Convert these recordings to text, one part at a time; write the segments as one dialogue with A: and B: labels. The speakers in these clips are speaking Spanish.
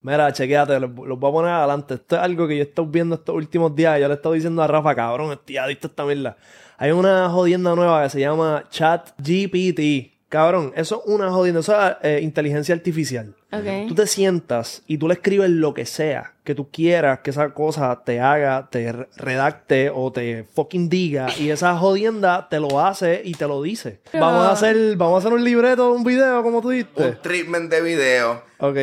A: Mira, chequeate, los, los voy a poner adelante. Esto es algo que yo he estado viendo estos últimos días. Yo le he estado diciendo a Rafa, cabrón, estoy adicto a esta mierda. Hay una jodienda nueva que se llama ChatGPT. Cabrón, eso es una jodienda, eso es eh, inteligencia artificial.
B: Ok.
A: Tú te sientas y tú le escribes lo que sea que tú quieras que esa cosa te haga, te re- redacte o te fucking diga y esa jodienda te lo hace y te lo dice.
B: Pero-
A: Vamos a hacer, vamos a hacer un libreto, un video como tú diste.
C: Un treatment de video
A: Ok,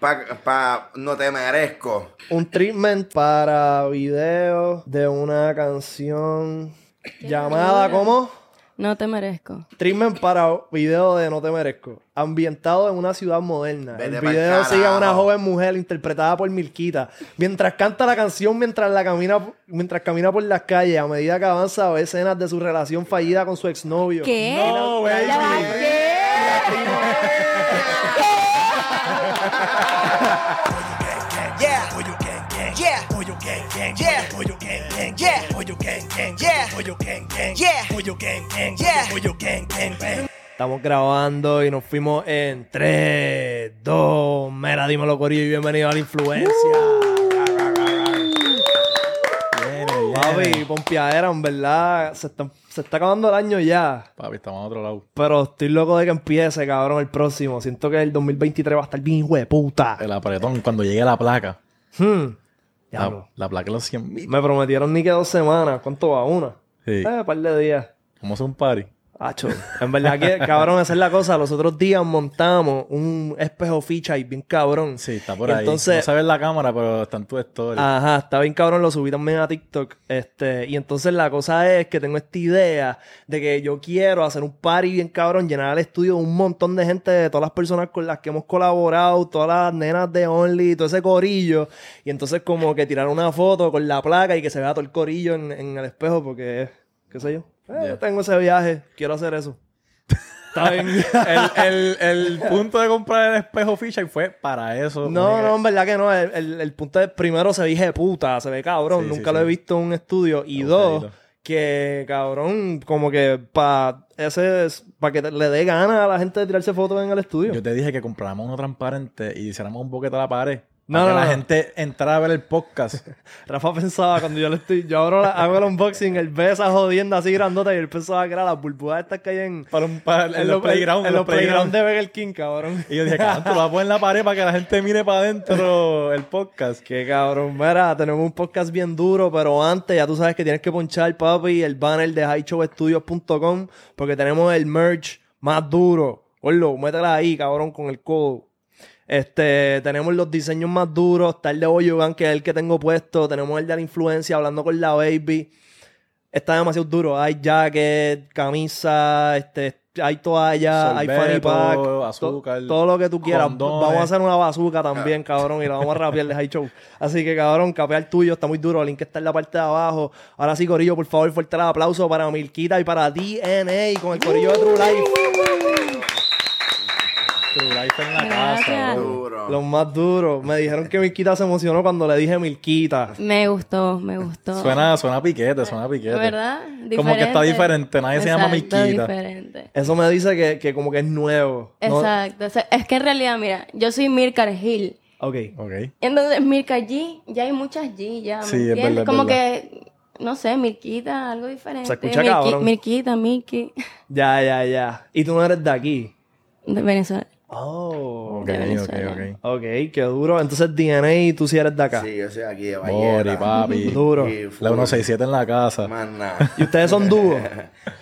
C: para pa, No Te Merezco.
A: un treatment para video de una canción llamada como
B: No te merezco.
A: treatment para video de No Te Merezco, ambientado en una ciudad moderna.
C: Vete
A: el
C: pa'l
A: video sigue a una
C: carajo.
A: joven mujer interpretada por Milquita, mientras canta la canción mientras la camina mientras camina por las calles, a medida que avanza ve escenas de su relación fallida con su exnovio.
B: ¿Qué?
A: No, baby.
B: Ya va, ¿qué?
D: Yeah. Boy, you gang gang. Yeah. Boy, you gang gang. Yeah. Boy, you gang gang. Yeah. Boy, you gang gang. Yeah. Boy, you gang gang. Yeah. Boy, you gang gang. Yeah. Boy, you gang gang. Bang.
A: Estamos grabando y nos fuimos en 3, 2, mera, dímelo Corillo y bienvenido a la influencia. Papi, pompeadera, en verdad, se está, se está acabando el año ya.
E: Papi, estamos a otro lado.
A: Pero estoy loco de que empiece, cabrón, el próximo. Siento que el 2023 va a estar bien, hijo de puta.
E: El apretón, cuando llegue la placa.
A: Hmm.
E: La,
A: Diablo.
E: la placa de los 100 mil.
A: Me prometieron ni que dos semanas. ¿Cuánto va? ¿Una?
E: Sí.
A: Eh, par de días.
E: Vamos a hacer un party.
A: Acho, en verdad que, cabrón, esa es la cosa. Los otros días montamos un espejo ficha y bien cabrón.
E: Sí, está por
A: Y
E: ahí.
A: Entonces, Ah.
E: no se ve en la cámara, pero está en tu story.
A: Ajá, está bien cabrón, lo subí también a TikTok. Este, y entonces la cosa es que tengo esta idea de que yo quiero hacer un party bien cabrón, llenar el estudio de un montón de gente, de todas las personas con las que hemos colaborado, todas las nenas de Only, todo ese corillo. Y entonces como que tirar una foto con la placa y que se vea todo el corillo en, en el espejo porque, qué sé yo, eh,
E: Ya.
A: tengo ese viaje, quiero hacer eso. Está bien.
E: el, el, el punto de comprar el espejo ficha y fue para eso.
A: No,
E: Única-
A: no, en verdad que no. El, el- el punto es, primero, se ve hija de puta, se ve cabrón.
E: Sí, sí,
A: Nunca
E: sí.
A: lo he visto en un estudio. Y
E: Agujerito.
A: dos, que cabrón, como que para ese para que te- le dé ganas a la gente de tirarse fotos en el estudio.
E: Yo te dije que compráramos uno transparente y hiciéramos un boquete a la pared.
A: No,
E: para que
A: no,
E: la
A: no.
E: gente entrara a ver el podcast.
A: Rafa pensaba cuando yo le estoy, yo abro la- hago el unboxing, él ve esa jodienda así grandota y él pensaba que era las burbujas estas que hay en,
E: para un, para, en,
A: en
E: los
A: los-
E: playgrounds.
A: en
E: los
A: los playground
E: playground.
A: de Burger King, cabrón.
E: Y yo dije, cabrón, te lo vas a poner en la pared para que la gente mire para adentro el podcast.
A: Qué cabrón, mira, tenemos un podcast bien duro, pero antes ya tú sabes que tienes que ponchar, papi, el banner de highshowstudios.com porque tenemos el merch más duro. Gordo, métela ahí, cabrón, con el codo. Este, tenemos los diseños más duros, está el de Oyogan, que es el que tengo puesto, tenemos el de la influencia, hablando con la baby. Está demasiado duro, hay jacket, camisa, este, hay toalla, hay fanny
E: Sorbeto,
A: pack, to-
E: azúcar,
A: todo lo que tú quieras.
E: condones. Ah.
A: Vamos a hacer una bazooka también, cabrón, y la vamos a rapear de High Show. Así que, cabrón, capear tuyo está muy duro. El link está en la parte de abajo. Ahora sí, Corillo, por favor, fuerte el aplauso para Milquita y para DNA con el Corillo de True Life.
E: True Life en la
B: Gracias.
E: casa. bro.
C: Duro.
A: Los más duros. Me dijeron que Milquita se emocionó cuando le dije Milquita.
B: Me gustó, me gustó.
E: Suena, suena piquete, suena piquete.
B: ¿Verdad?
E: Como que está diferente, nadie se llama
B: Exacto,
E: Miquita.
B: diferente.
A: Eso me dice que, que como que es nuevo. ¿no?
B: Exacto. O sea, es que en realidad, mira, yo soy Mirka Gil.
A: Ok.
E: Ok.
B: Entonces, Mirka G, ya hay muchas G, ya, ¿me
E: Sí, es
B: entiendes?
E: verdad, es
B: Como
E: verdad.
B: que, no sé, Mirquita, algo diferente.
A: Se escucha
B: Mirqui-
A: cabrón.
B: Mirquita, Mirqui,
A: Ya, ya, ya. Y tú no eres de aquí.
B: de Venezuela.
A: Oh.
E: Ok,
B: De
E: ok,
B: Venezuela.
E: ok.
A: Ok, qué duro. Entonces DNA, tú sí eres de acá.
C: Sí, yo soy aquí de
E: Bori,
C: Ballera.
E: papi.
A: Duro.
C: Y full.
E: La 167 en la casa.
C: Más nada.
A: Y ustedes son dúos.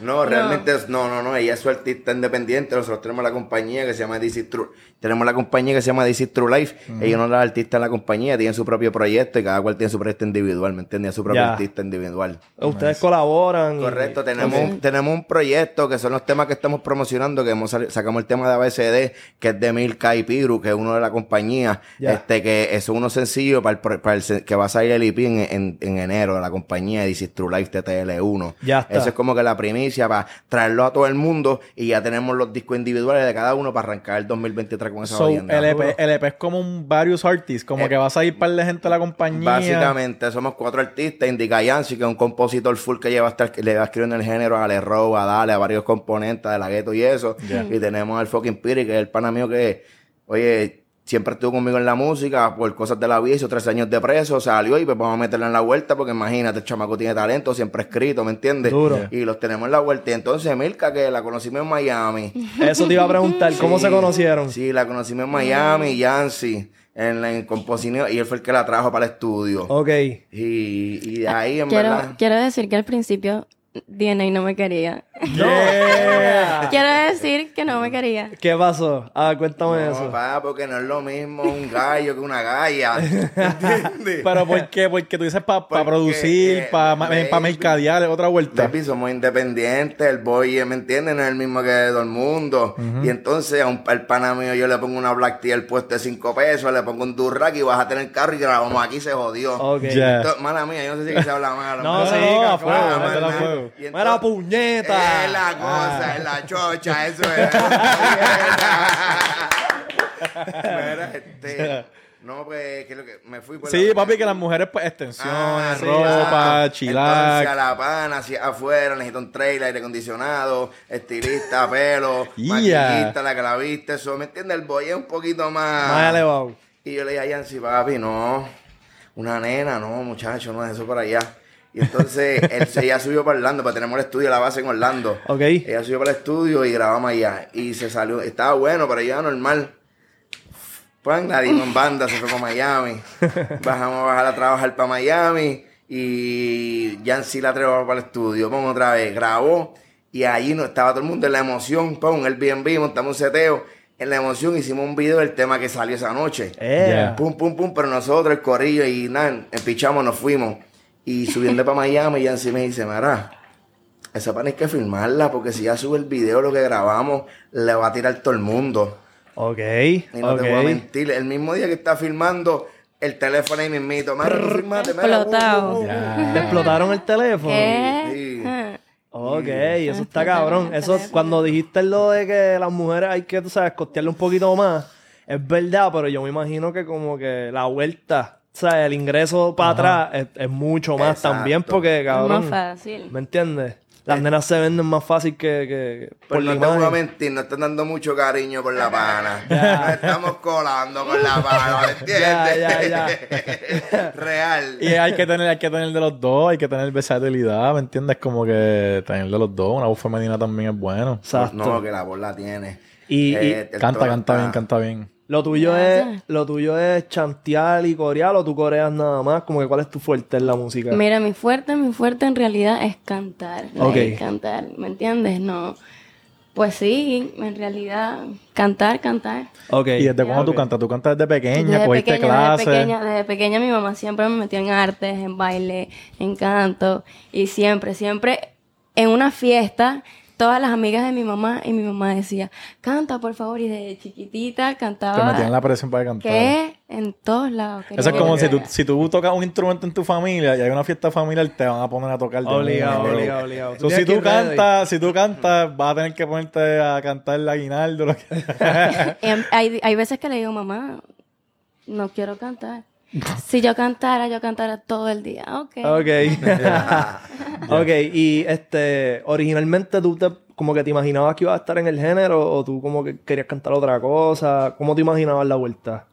C: No, realmente es- no, no, no. Ella es su artista independiente. Nosotros tenemos la compañía que se llama DC True. Tenemos la compañía que se llama DC True Life. Ellos no son los artistas en la compañía, tienen su propio proyecto y cada cual tiene su proyecto individual, ¿me entiendes? Su propio
A: Ya.
C: artista individual.
A: Ustedes colaboran. y-
C: Correcto, tenemos, un- tenemos un proyecto que son los temas que estamos promocionando, que hemos sali- sacamos el tema de ABCD, que es de Milka y Piru, que es uno de la compañía,
A: Ya.
C: este que es uno sencillo para el, pro- para el sen- que va a salir el IP en, en- en enero de la compañía de This is True Life TTL1.
A: Ya está.
C: Eso es como que la primicia para traerlo a todo el mundo y ya tenemos los discos individuales de cada uno para arrancar el 2023 con esa
E: So, E
C: jodienda.
E: LP, LP es como un various artists, como
C: Eh,
E: que vas a ir par de gente a la compañía.
C: Básicamente somos cuatro artistas, Indy Yancy, que es un compositor full que lleva a estar, le va escribiendo el género a Le Row, a Dale, a varios componentes de la gueto y eso. Y tenemos al fucking Piri, que es el pana mío que, oye, siempre estuvo conmigo en la música por cosas de la vida, hizo tres años de preso, salió y pues vamos a meterla en la vuelta porque imagínate, el chamaco tiene talento, siempre escrito, ¿me entiendes?
A: Duro.
C: Y los tenemos en la vuelta. Y entonces Milka, que la conocimos en Miami.
A: Eso te iba a preguntar, ¿cómo se conocieron?
C: Sí, la conocimos en Miami, Yancy, en, la- en Composineo, y él fue el que la trajo para el estudio.
A: Ok.
C: Y, y de ahí, en
B: Quiero,
C: verdad...
B: quiero decir que al principio DNA no me quería.
C: Ah.
A: Yeah.
B: Quiero decir que no me quería.
A: ¿Qué pasó? Ah, cuéntame
C: No,
A: eso.
C: pa, porque no es lo mismo un gallo que una galla. ¿Entiendes?
E: Pero ¿por qué? Porque tú dices para
C: Porque,
E: producir,
C: eh,
E: para
C: baby.
E: mercadear, es otra vuelta.
C: Papi, somos independientes, el boy, ¿me entiendes? No es el mismo que todo el mundo. Y entonces a un, al pana mío yo le pongo una black tea al puesto de 5 pesos, le pongo un durrack y vas a tener el carro y grabamos aquí, se jodió.
A: Ok.
E: Ya.
C: Entonces, mala mía, yo no sé si aquí se habla malo.
A: No,
E: No,
A: sí,
E: no,
A: cabrón.
E: a fuego,
A: Ah,
E: métela
A: man,
E: a fuego.
A: man. Mira, puñeta.
C: Es la
E: Ah.
C: cosa, es la chocha, eso es. Mira, este... No, pues, que lo que... Me fui por
E: Sí,
C: la-
E: papi, que las mujeres, pues, extensiones,
C: Ah, sí,
E: ropa,
C: ah. Entonces, a
E: chilac.
C: la pana, hacia afuera, necesito un trailer, aire acondicionado, estilista, pelo,
E: Ya.
C: maquillista, la que la viste, eso. ¿Me entiendes? El boy es un poquito más...
A: Más elevado.
C: Y yo le dije a Yancy, papi, no, una nena, no, muchacho, no, eso para allá. Y entonces él se ya subió para Orlando, para tenemos el estudio, la base en Orlando.
A: Ok.
C: Ella subió para el estudio y grabamos allá. Y se salió, estaba bueno, pero ya normal. Pues la dimos en banda, se fue para Miami. Bajamos a bajar a trabajar para Miami. Y Yancy la trajo para el estudio. Pon otra vez, grabó. Y allí no estaba todo el mundo en la emoción. Pon el Airbnb, montamos un seteo. En la emoción hicimos un video del tema que salió esa noche.
A: Eh.
E: Ya.
C: Pum, pum, pum, pero nosotros, el corrillo y nada, empichamos, nos fuimos. Y subiendo para Miami, Yancy me dice, Mara, esa pana hay que filmarla, porque si ya sube el video, lo que grabamos, le va a tirar todo el mundo.
A: Ok.
C: Y no te voy a
A: Ok.
C: mentir, el mismo día que está filmando, el teléfono ahí mismito, Mara, tú filmaste, mira,
B: Explotado.
C: uh, uh, uh".
A: ¿Te explotaron el teléfono?
B: ¿Qué?
C: Sí.
B: Ah.
A: Ok, eso está
B: Explotando
A: cabrón.
B: el
A: Eso,
B: teléfono.
A: cuando dijiste lo de que las mujeres hay que, tú sabes, costearle un poquito más, es verdad, pero yo me imagino que como que la vuelta, o sea, el ingreso para atrás es, es mucho más
C: Exacto.
A: también, porque cabrón,
B: Es más fácil.
A: ¿me entiendes? Las nenas se venden más fácil que, que- que
C: Pues
A: la
C: no te voy a
A: imagen.
C: mentir, nos están dando mucho cariño por la pana. Nos estamos colando con la pana, ¿me
A: Ya,
C: entiendes?
A: ya, ya.
C: Real.
E: Y hay que tener, hay que tener de los dos, hay que tener versatilidad, ¿me entiendes? Como que tener de los dos, una voz femenina también es bueno.
A: Exacto.
C: Pues No, que la voz la tiene. Eh,
A: Y- y
C: el
E: Canta,
C: tono
E: canta bien,
C: está-
E: canta bien.
A: Lo tuyo
B: Gracias.
A: es, lo tuyo es chantear y corear, o tú coreas nada más, como que cuál es tu fuerte en la música.
B: Mira, mi fuerte, mi fuerte en realidad es cantar.
A: Ok.
B: Like, cantar, ¿me entiendes? No. Pues sí, en realidad, cantar, cantar.
A: Ok.
E: ¿Y desde cuándo
A: Ok.
E: tú cantas? ¿Tú cantas desde pequeña?
B: Desde
E: ¿Cogiste
B: pequeña,
E: clases?
B: Desde pequeña, desde pequeña mi mamá siempre me metió en artes, en baile, en canto. Y siempre, siempre en una fiesta, todas las amigas de mi mamá y mi mamá decía, canta por favor. Y desde chiquitita
E: Te metían
B: cantaba.
E: la presión para cantar.
B: Ah. ¿Qué? En todos lados.
E: Eso es
B: quería
E: como
B: que
E: si tú,
B: cantara.
E: si tú tocas un instrumento en tu familia y hay una fiesta familiar, te van a poner a tocar. de
A: Obligado,
E: nuevo.
A: obligado, obligado.
E: So,
A: Tienes
E: si
A: que
E: tú
A: ir ready.
E: cantas, si tú cantas, vas a tener que ponerte a cantar el aguinaldo. lo que-
B: Em, hay, hay veces que le digo, mamá, no quiero cantar. Si yo cantara, yo cantara todo el día. Ok.
A: Ok. ok, y este, originalmente tú te, como que te imaginabas que ibas a estar en el género o tú como que querías cantar otra cosa. ¿Cómo te imaginabas la vuelta?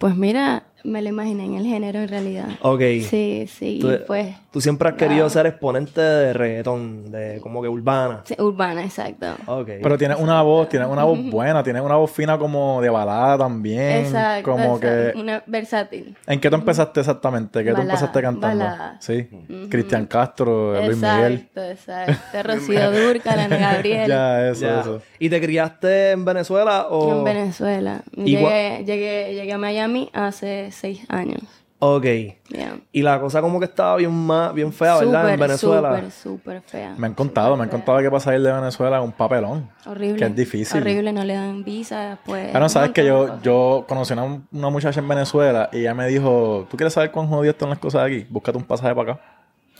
B: Pues mira, me lo imaginé en el género en realidad.
A: Ok.
B: Sí, sí,
E: e-
A: Tú-
B: pues.
A: Tú siempre has querido ser exponente de reggaetón, de como que urbana.
B: sí, urbana, exacto.
A: Ok.
E: Pero tienes una voz, tienes una voz buena, tienes una voz fina como de balada también.
B: Exacto.
E: Como
B: exacto,
E: que...
B: Una versátil.
E: ¿En qué tú empezaste exactamente? ¿Qué tú
B: Balada,
E: empezaste cantando?
B: balada.
E: Sí. Cristian Castro, Luis Miguel.
B: Exacto, exacto. Rocío Durca, Ana Gabriel.
E: Ya, eso,
A: Ya.
E: eso.
A: ¿Y te criaste en Venezuela o...?
B: En Venezuela.
A: Y gua-
B: Llegué, llegué, llegué a Miami hace seis años.
A: Ok.
B: Ya.
A: Y la cosa como que estaba bien, ma- bien fea, ¿verdad? en
B: Súper,
A: Venezuela.
B: súper, súper fea.
E: Me han contado, me han contado que para salir de Venezuela es un papelón.
B: Horrible.
E: Que es difícil.
B: Horrible, no le dan visa después.
E: Claro, sabes
B: Un
E: que yo,
B: montón de
E: yo conocí a una, una muchacha en Venezuela y ella me dijo, ¿tú quieres saber cuán jodido están las cosas aquí? Búscate un pasaje para acá.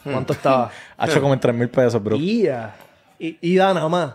A: ¿Cuánto estaba?
E: Ha hecho como en 3 mil pesos, bro.
A: Ia. Y, y da nada más.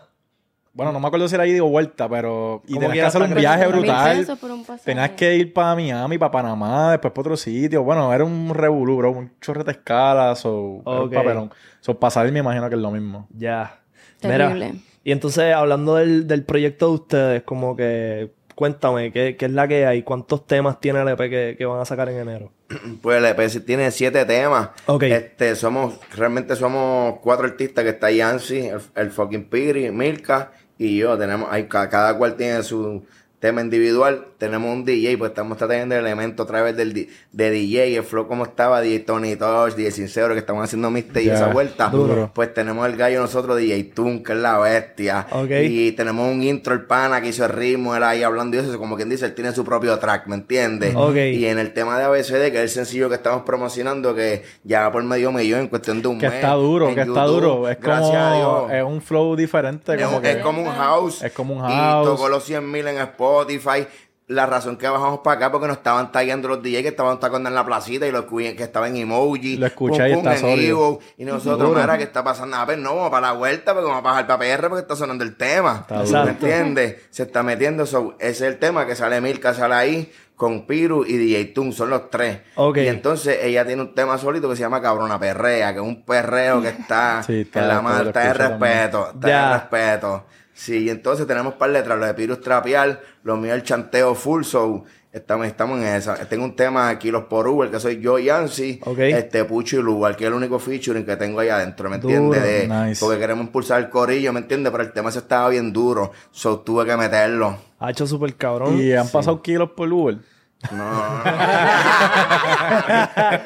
E: Bueno, no me acuerdo si era ahí o vuelta, pero... Y
A: Como
E: tenías que
A: quiera,
E: hacer un
A: está
E: viaje
B: caro.
E: brutal.
B: Mil pesos por un pasaje.
E: tenías que ir para Miami, para Panamá, después para otro sitio. Bueno, era un revolú, bro. Un chorrete de escalas o
A: Ok.
E: un papelón. So, para salir me imagino que es lo mismo.
A: Ya.
B: Terrible.
A: y entonces, hablando del, del proyecto de ustedes, como que, Cuéntame, ¿qué, qué es la que hay? ¿Cuántos temas tiene el EP que, que van a sacar en enero?
C: Pues el EP tiene siete temas.
A: Ok.
C: Este, somos, realmente somos cuatro artistas que está Yancy, el, el fucking Pigri, Milka y yo. Tenemos, hay, ca- cada cual tiene su tema individual. Tenemos un DJ, pues estamos trayendo el elemento a través del di- de DJ, el flow como estaba, DJ Tony Tosh, DJ Sincero, que estamos haciendo Mixtape y
E: Ya,
C: esa vuelta.
E: duro.
C: Pues tenemos el gallo nosotros, DJ Tun, que es la bestia.
A: Ok.
C: Y tenemos un intro, el pana que hizo el ritmo, él ahí hablando y eso, como quien dice, él tiene su propio track, ¿me entiendes?
A: Ok.
C: Y en el tema de ABCD, que es el sencillo que estamos promocionando, que ya por medio millón en cuestión de un
E: Que
C: mes.
E: está duro,
C: en
E: que está
C: YouTube.
E: duro. Es
C: Gracias a
E: como.
C: Dios.
E: Es un flow diferente.
C: Es,
E: Como
C: un-
E: que,
C: es como un house.
E: Es como un
C: Y
E: house.
C: tocó los 100 mil en Spotify. La razón que bajamos para acá porque nos estaban tagueando los DJs que estaban tocando en la placita y los que que estaban en emoji.
E: Lo escuché y está
C: en
E: sólido.
C: vivo. Y nosotros, mira, ¿qué está pasando? Ah, pues no, vamos para la vuelta porque vamos a bajar para PR porque está sonando el tema.
E: Está
A: duro.
C: ¿Me entiendes? Se está metiendo. so, ese es el tema que sale Milka, sale ahí con Piru y DJ Toon. Son los tres.
A: Ok.
C: Y entonces ella tiene un tema solito que se llama Cabrona Perrea, que es un perreo que está,
E: Sí, está-
C: en la
E: está- lo
C: mata, está de
E: escuché también.
C: respeto. Está
A: Ya.
C: de respeto. Sí, y entonces tenemos par letras, lo de Pirus Trapear, lo mío el chanteo full show. Estamos, estamos en esa. Tengo un tema aquí, los por Uber, que soy yo y Ansi,
A: Ok.
C: este Pucho y Lugar, que es el único featuring que tengo allá adentro, ¿me
A: Duro,
C: entiendes? De-
E: nice.
C: Porque queremos impulsar el corillo, ¿me entiendes? Pero el tema se estaba bien duro, so tuve que meterlo.
A: Ha hecho súper cabrón.
E: Y han pasado kilos por Uber.
C: No.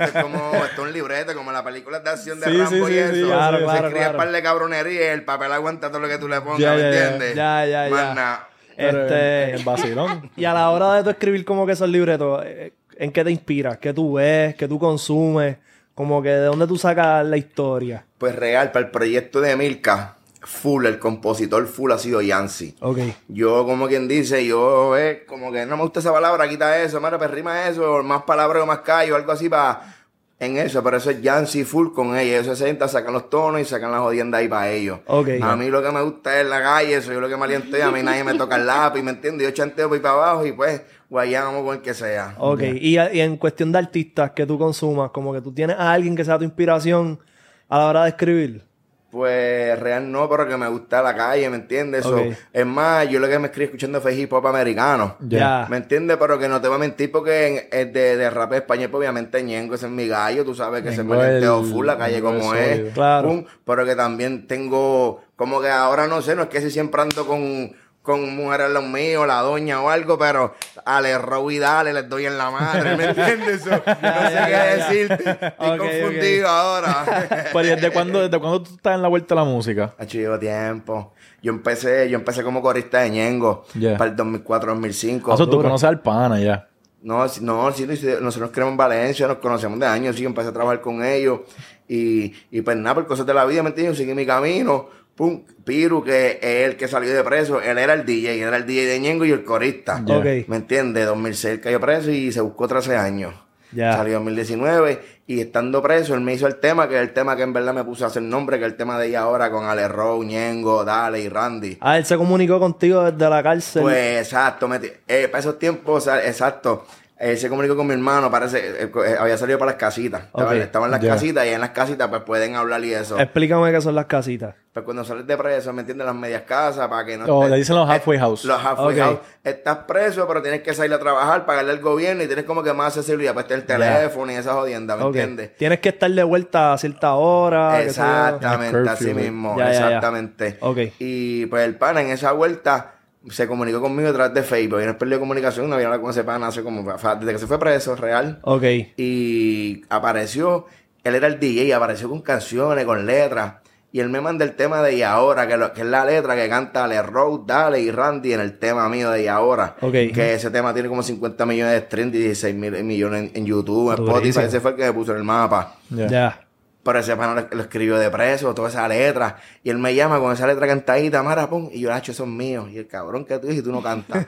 C: es como esto es un libreto, como la película de acción de
E: Sí, sí,
C: Rambo
E: sí,
C: y
E: sí,
C: eso.
A: claro,
C: Se
A: claro,
C: escribe
A: claro.
C: par de cabronería y el papel aguanta todo lo que tú le pongas,
E: Ya,
C: ¿me
E: ya, ya,
C: entiendes?
A: ya, ya, ya.
C: Más nada.
E: Pero
A: Este-
E: en el vacilón.
A: Y a la hora de tú escribir como que esos libretos, eh, ¿en qué te inspiras? ¿Qué tú ves? ¿Qué tú consumes? Como que de dónde tú sacas la historia.
C: Pues real, para el proyecto de Milka, full, el compositor full ha sido Yancy.
A: Ok.
C: Yo, como quien dice, yo, eh, como que no me gusta esa palabra, quita eso, mira, pues rima eso, más palabras o más callo, algo así para. En eso, pero eso es Yancy full con ella. Ellos se sientan, sacan los tonos y sacan las jodiendas ahí para ellos.
A: Ok.
C: A mí lo que me gusta es la calle, eso yo lo que me aliento y a mí nadie me toca el lápiz, ¿me entiendes? Yo chanteo por ahí para abajo y pues guayamos con el que sea.
A: Ok. Y, y en cuestión de artistas que tú consumas, como que tú tienes a alguien que sea tu inspiración a la hora de escribir.
C: Pues real no, pero que me gusta la calle, ¿me entiendes? So,
A: Ok.
C: es más, yo lo que me escribí escuchando fue hip hop americano.
A: Ya.
C: ¿Me entiendes? Pero que no te voy a mentir porque en- es de, de rap español, pues, obviamente Ñengo ese es mi gallo, tú sabes que se
E: Ñengo
C: me teo
E: el-
C: full la calle
E: Ñengo
C: como
E: el
C: es.
E: sólido.
A: Claro.
C: Pum. pero que también tengo, como que ahora no sé, no es que si siempre ando con, con mujeres los míos, la doña o algo, pero Ale Row y Dale les doy en la madre, ¿me entiendes? So, no sé
A: ya, ya,
C: qué
A: ya.
C: decirte,
A: Ok,
C: estoy
A: ok.
C: confundido ahora.
E: Pero ¿y ¿desde cuándo, ¿desde cuándo tú estás en la vuelta a la música?
C: Hacho, llevo tiempo. Yo empecé, yo empecé como corista de Ñengo
E: Yeah.
C: para el 2004, 2005.
E: Eso Ah, tú conoces al pana ya.
C: No, si- no, sí, sí, nosotros creemos en Valencia, nos conocemos de años, sí, empecé a trabajar con ellos y, y pues nada, por cosas de la vida, ¿me entiendes? Yo seguí mi camino, pum, Piru, que es el que salió de preso, él era el DJ, era el DJ de Ñengo y el corista.
E: Ya.
A: Ok.
C: ¿Me entiendes? 2006 cayó preso y se buscó 13 años.
A: Ya.
C: Salió en 2019 y estando preso, él me hizo el tema, que es el tema que en verdad me puso a hacer nombre, que es el tema de ella ahora con Ale Row, Ñengo, Dale y Randy.
A: Ah, él se comunicó contigo desde la cárcel.
C: Pues exacto, me ti- eh, para esos tiempos, o sea, exacto. Él se comunicó con mi hermano, parece, eh, eh, había salido para las casitas. Estaba,
A: Ok,
C: estaba en las
E: ya.
C: casitas y en las casitas pues pueden hablar y eso.
A: Explícame qué son las casitas.
C: Pues cuando sales de preso, ¿me entiendes? Las medias casas, para que no...
E: O
C: te-
E: le dicen los halfway
C: eh,
E: house.
C: Los halfway
A: Ok.
C: house. Estás preso, pero tienes que salir a trabajar, pagarle al gobierno y tienes como que más accesibilidad. Pues está el teléfono y esa jodienda, ¿me
A: Ok. Ah,
C: entiendes?
A: Tienes que estar de vuelta a cierta hora. qué sé yo.
C: Exactamente,
E: El
C: así
E: curfew, güey.
C: mismo,
A: Ya, ya, ya.
C: exactamente.
A: Ok.
C: Y pues el pana en esa vuelta se comunicó conmigo a través de Facebook. Yo no perdí comunicación, no había hablado con ese pana hace como, desde que se fue preso, real.
A: Ok.
C: Y apareció, él era el DJ, apareció con canciones, con letras. Y él me manda el tema de Y Ahora, que, lo- que es la letra que canta Ale Road, Dale y Randy en el tema mío de Y Ahora.
A: Ok.
C: Que ese tema tiene como 50 millones de streams, 16 mil millones en, en YouTube, en
A: Durísimo.
C: Spotify. Ese fue el que me puso en el mapa.
E: Ya.
A: Ya.
C: Pero ese pana lo, lo escribió de preso, toda esa letra. Y él me llama con esa letra cantadita, Mara, pum. Y yo, Nacho, esos míos. Y el cabrón que tú dices, tú no cantas.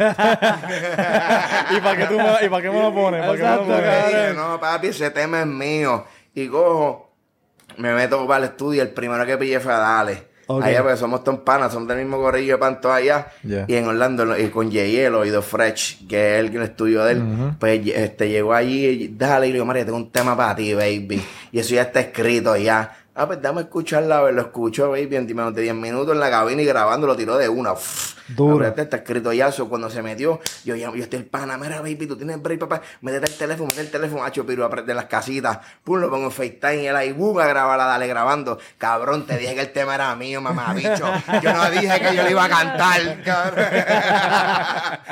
E: ¿Y para qué, tú me, y para qué me lo pones? ¿Para qué me lo
A: Exacto,
E: pones?
A: cabrón.
C: Dije, no, papi, ese tema es mío. Y cojo, me meto para el estudio. El primero que pillé fue a Dale.
A: Ok.
C: Allá, porque somos tan panas, somos del mismo corrillo de pantos allá.
E: Yeah.
C: Y en Orlando, lo- y con Yeyelo y The Fresh, que es el, el estudio de él. Pues ye- este, llegó allí, y- Dale, y le digo, María, tengo un tema para ti, baby. Y eso ya está escrito ya. Ah, pues dame a escucharla, a ver, lo escucho, baby, en menos de 10 minutos en la cabina y grabando, lo tiró de una. Uf.
A: Duro.
C: Ahora Está escrito yazo. Cuando se metió, yo ya, yo estoy el pana, mira, baby, tú tienes break, papá. Métete el teléfono, métete el teléfono, hacho, pero de las casitas. Pum, lo pongo en FaceTime y él ahí, boom, a grabarla, dale, grabando. Cabrón, te dije que el tema era mío, mamá, bicho. Yo no dije que yo le iba a cantar, cabrón.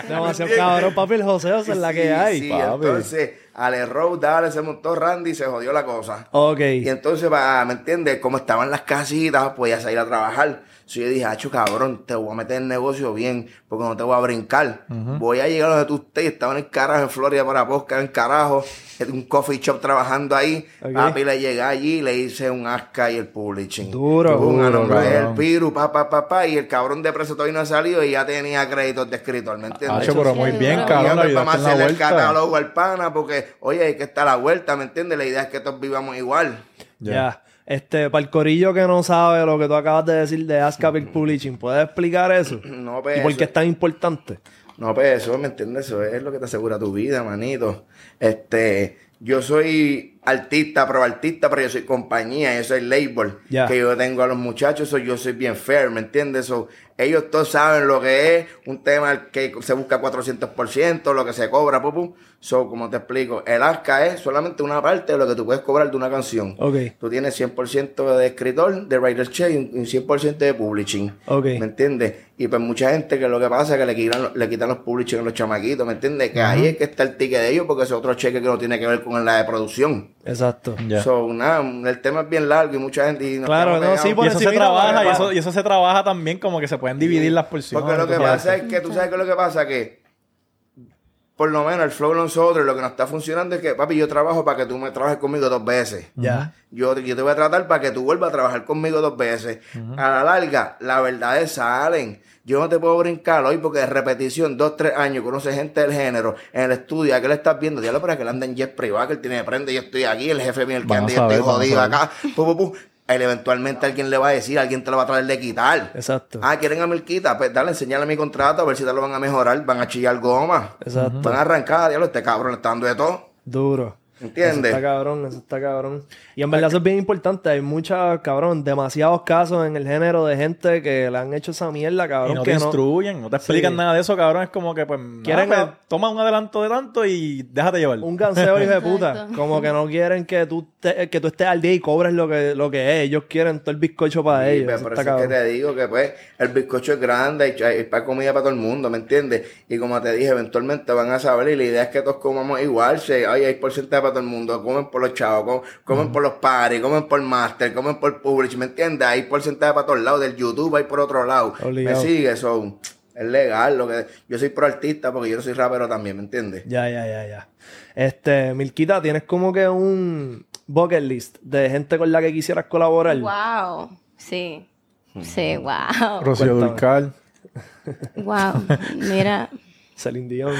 A: Demasiado cabrón, papi, el joseo es la
C: Sí,
A: que hay.
C: sí,
E: papi.
C: entonces, al error, dale, se montó Randy y se jodió la cosa.
A: Ok.
C: Y entonces, pa- ¿me entiendes? Como estaban las casitas, podía salir a trabajar. So, yo dije, acho, cabrón, te voy a meter en el negocio bien, porque no te voy a brincar. Voy a llegar donde tú estés. Estaba en el carajo, en Florida para Posca, en el carajo. en Un coffee shop trabajando ahí.
A: Ok.
C: Papi, le llegué allí, le hice un asca y el publishing.
A: Duro,
C: Tuve un
A: duro,
C: anombre,
E: cabrón.
C: el piru, pa, pa, pa, pa, Y el cabrón de preso todavía no ha salido y ya tenía créditos de escritor, ¿me entiendes?
E: Hacho, pero muy bien,
B: Sí,
E: cabrón.
C: Oye,
E: La
C: pues, vamos a
E: ayudaste en la
C: hacerle el
E: vuelta.
C: catálogo al pana porque, oye, hay que estar a la vuelta, ¿me entiendes? La idea es que todos vivamos igual.
A: Ya. Este, para el corillo que no sabe lo que tú acabas de decir de Ask Bill Publishing, ¿puedes explicar eso?
C: No, pues,
A: ¿Y por
C: eso-
A: qué es tan importante?
C: No, pues eso, ¿me entiendes? Eso es lo que te asegura tu vida, manito. Este, yo soy artista, pro artista, pero yo soy compañía, yo soy label
A: Ya.
C: que yo tengo a los muchachos, so yo soy bien fair, ¿me entiendes? So, ellos todos saben lo que es un tema que se busca 400%, lo que se cobra, pum, pum. So, como te explico, el ASCA es solamente una parte de lo que tú puedes cobrar de una canción.
A: Ok.
C: Tú tienes 100% de escritor, de writer check y un 100% de publishing.
A: Ok.
C: ¿Me entiendes? Y pues mucha gente que lo que pasa es que le quitan, le quitan los publishing a los chamaquitos, ¿me entiendes? Que ahí es que está el ticket de ellos porque es otro cheque que no tiene que ver con la de producción.
A: Exacto.
E: Ya.
C: So, nada, el tema es bien largo y mucha gente... y nos
A: Claro,
C: quedamos
A: no, sí,
C: pegados.
A: por
E: y eso se
A: encimita,
E: trabaja,
A: para-
E: y eso, y eso se trabaja también como que se pueden dividir las porciones.
C: Porque lo que
E: tú
C: pasa
E: sabes.
C: es que tú sabes que lo que pasa que por lo menos el flow de nosotros lo que nos está funcionando es que papi yo trabajo para que tú me trabajes conmigo dos veces.
A: Ya.
C: Yo, yo te voy a tratar para que tú vuelvas a trabajar conmigo dos veces. A la larga, las verdades salen. Yo no te puedo brincar hoy porque de repetición, dos, tres años, conoce gente del género en el estudio, que le estás viendo, diablo, pero que él anda en jet privado, que él tiene de prenda, yo estoy aquí, el jefe mío, el que
E: Vamos
C: anda, yo
E: a ver,
C: estoy
E: vamos a
C: jodido
E: ver.
C: acá. Pu, pu, pu. Él eventualmente alguien le va a decir, alguien te lo va a traer de quitar.
A: Exacto.
C: Ah, quieren a Milquita, pues dale, enseñale mi contrato, a ver si te lo van a mejorar, van a chillar goma.
A: Exacto.
C: Van a arrancar, diablo, este cabrón le está dando de todo.
A: Duro.
C: ¿Entiendes? Pues
A: Eso está cabrón, eso está cabrón. Y en verdad eso es bien importante. Hay muchas, cabrón, demasiados casos en el género de gente que le han hecho esa mierda, cabrón.
E: Y no
A: que
E: te instruyen, no te explican
A: Sí.
E: nada de eso, cabrón. Es como que, pues,
A: Quieren
E: quieren
A: a-
E: toma un adelanto de tanto y déjate llevar.
A: Un ganseo hijo de puta.
B: Exacto.
A: Como que no quieren que tú, te- que tú estés al día y cobres lo que, lo que es. Ellos quieren todo el bizcocho para
C: Sí,
A: ellos.
C: pues,
A: Eso
C: por
A: está
C: eso es que
A: cabrón.
C: te digo que pues el bizcocho es grande, hay, hay para comida para todo el mundo, ¿me entiendes? Y como te dije, eventualmente van a saber y la idea es que todos comamos igual, si hay, hay porcentaje para todo el mundo, comen por los chavos, com- comen por los pares, comen por master, comen por publish, ¿me entiendes? Hay porcentaje para todos lados, del YouTube hay por otro lado.
A: Obligado.
C: Me sigue, eso es legal, lo que yo soy pro artista porque yo no soy rapero también, ¿me entiendes?
A: Ya, ya, ya, ya. Este, Milquita, tienes como que un bucket list de gente con la que quisieras colaborar.
B: Wow. Sí. Sí, wow.
E: Rocío Dulcal.
B: Wow. Mira,
A: Celine Dion.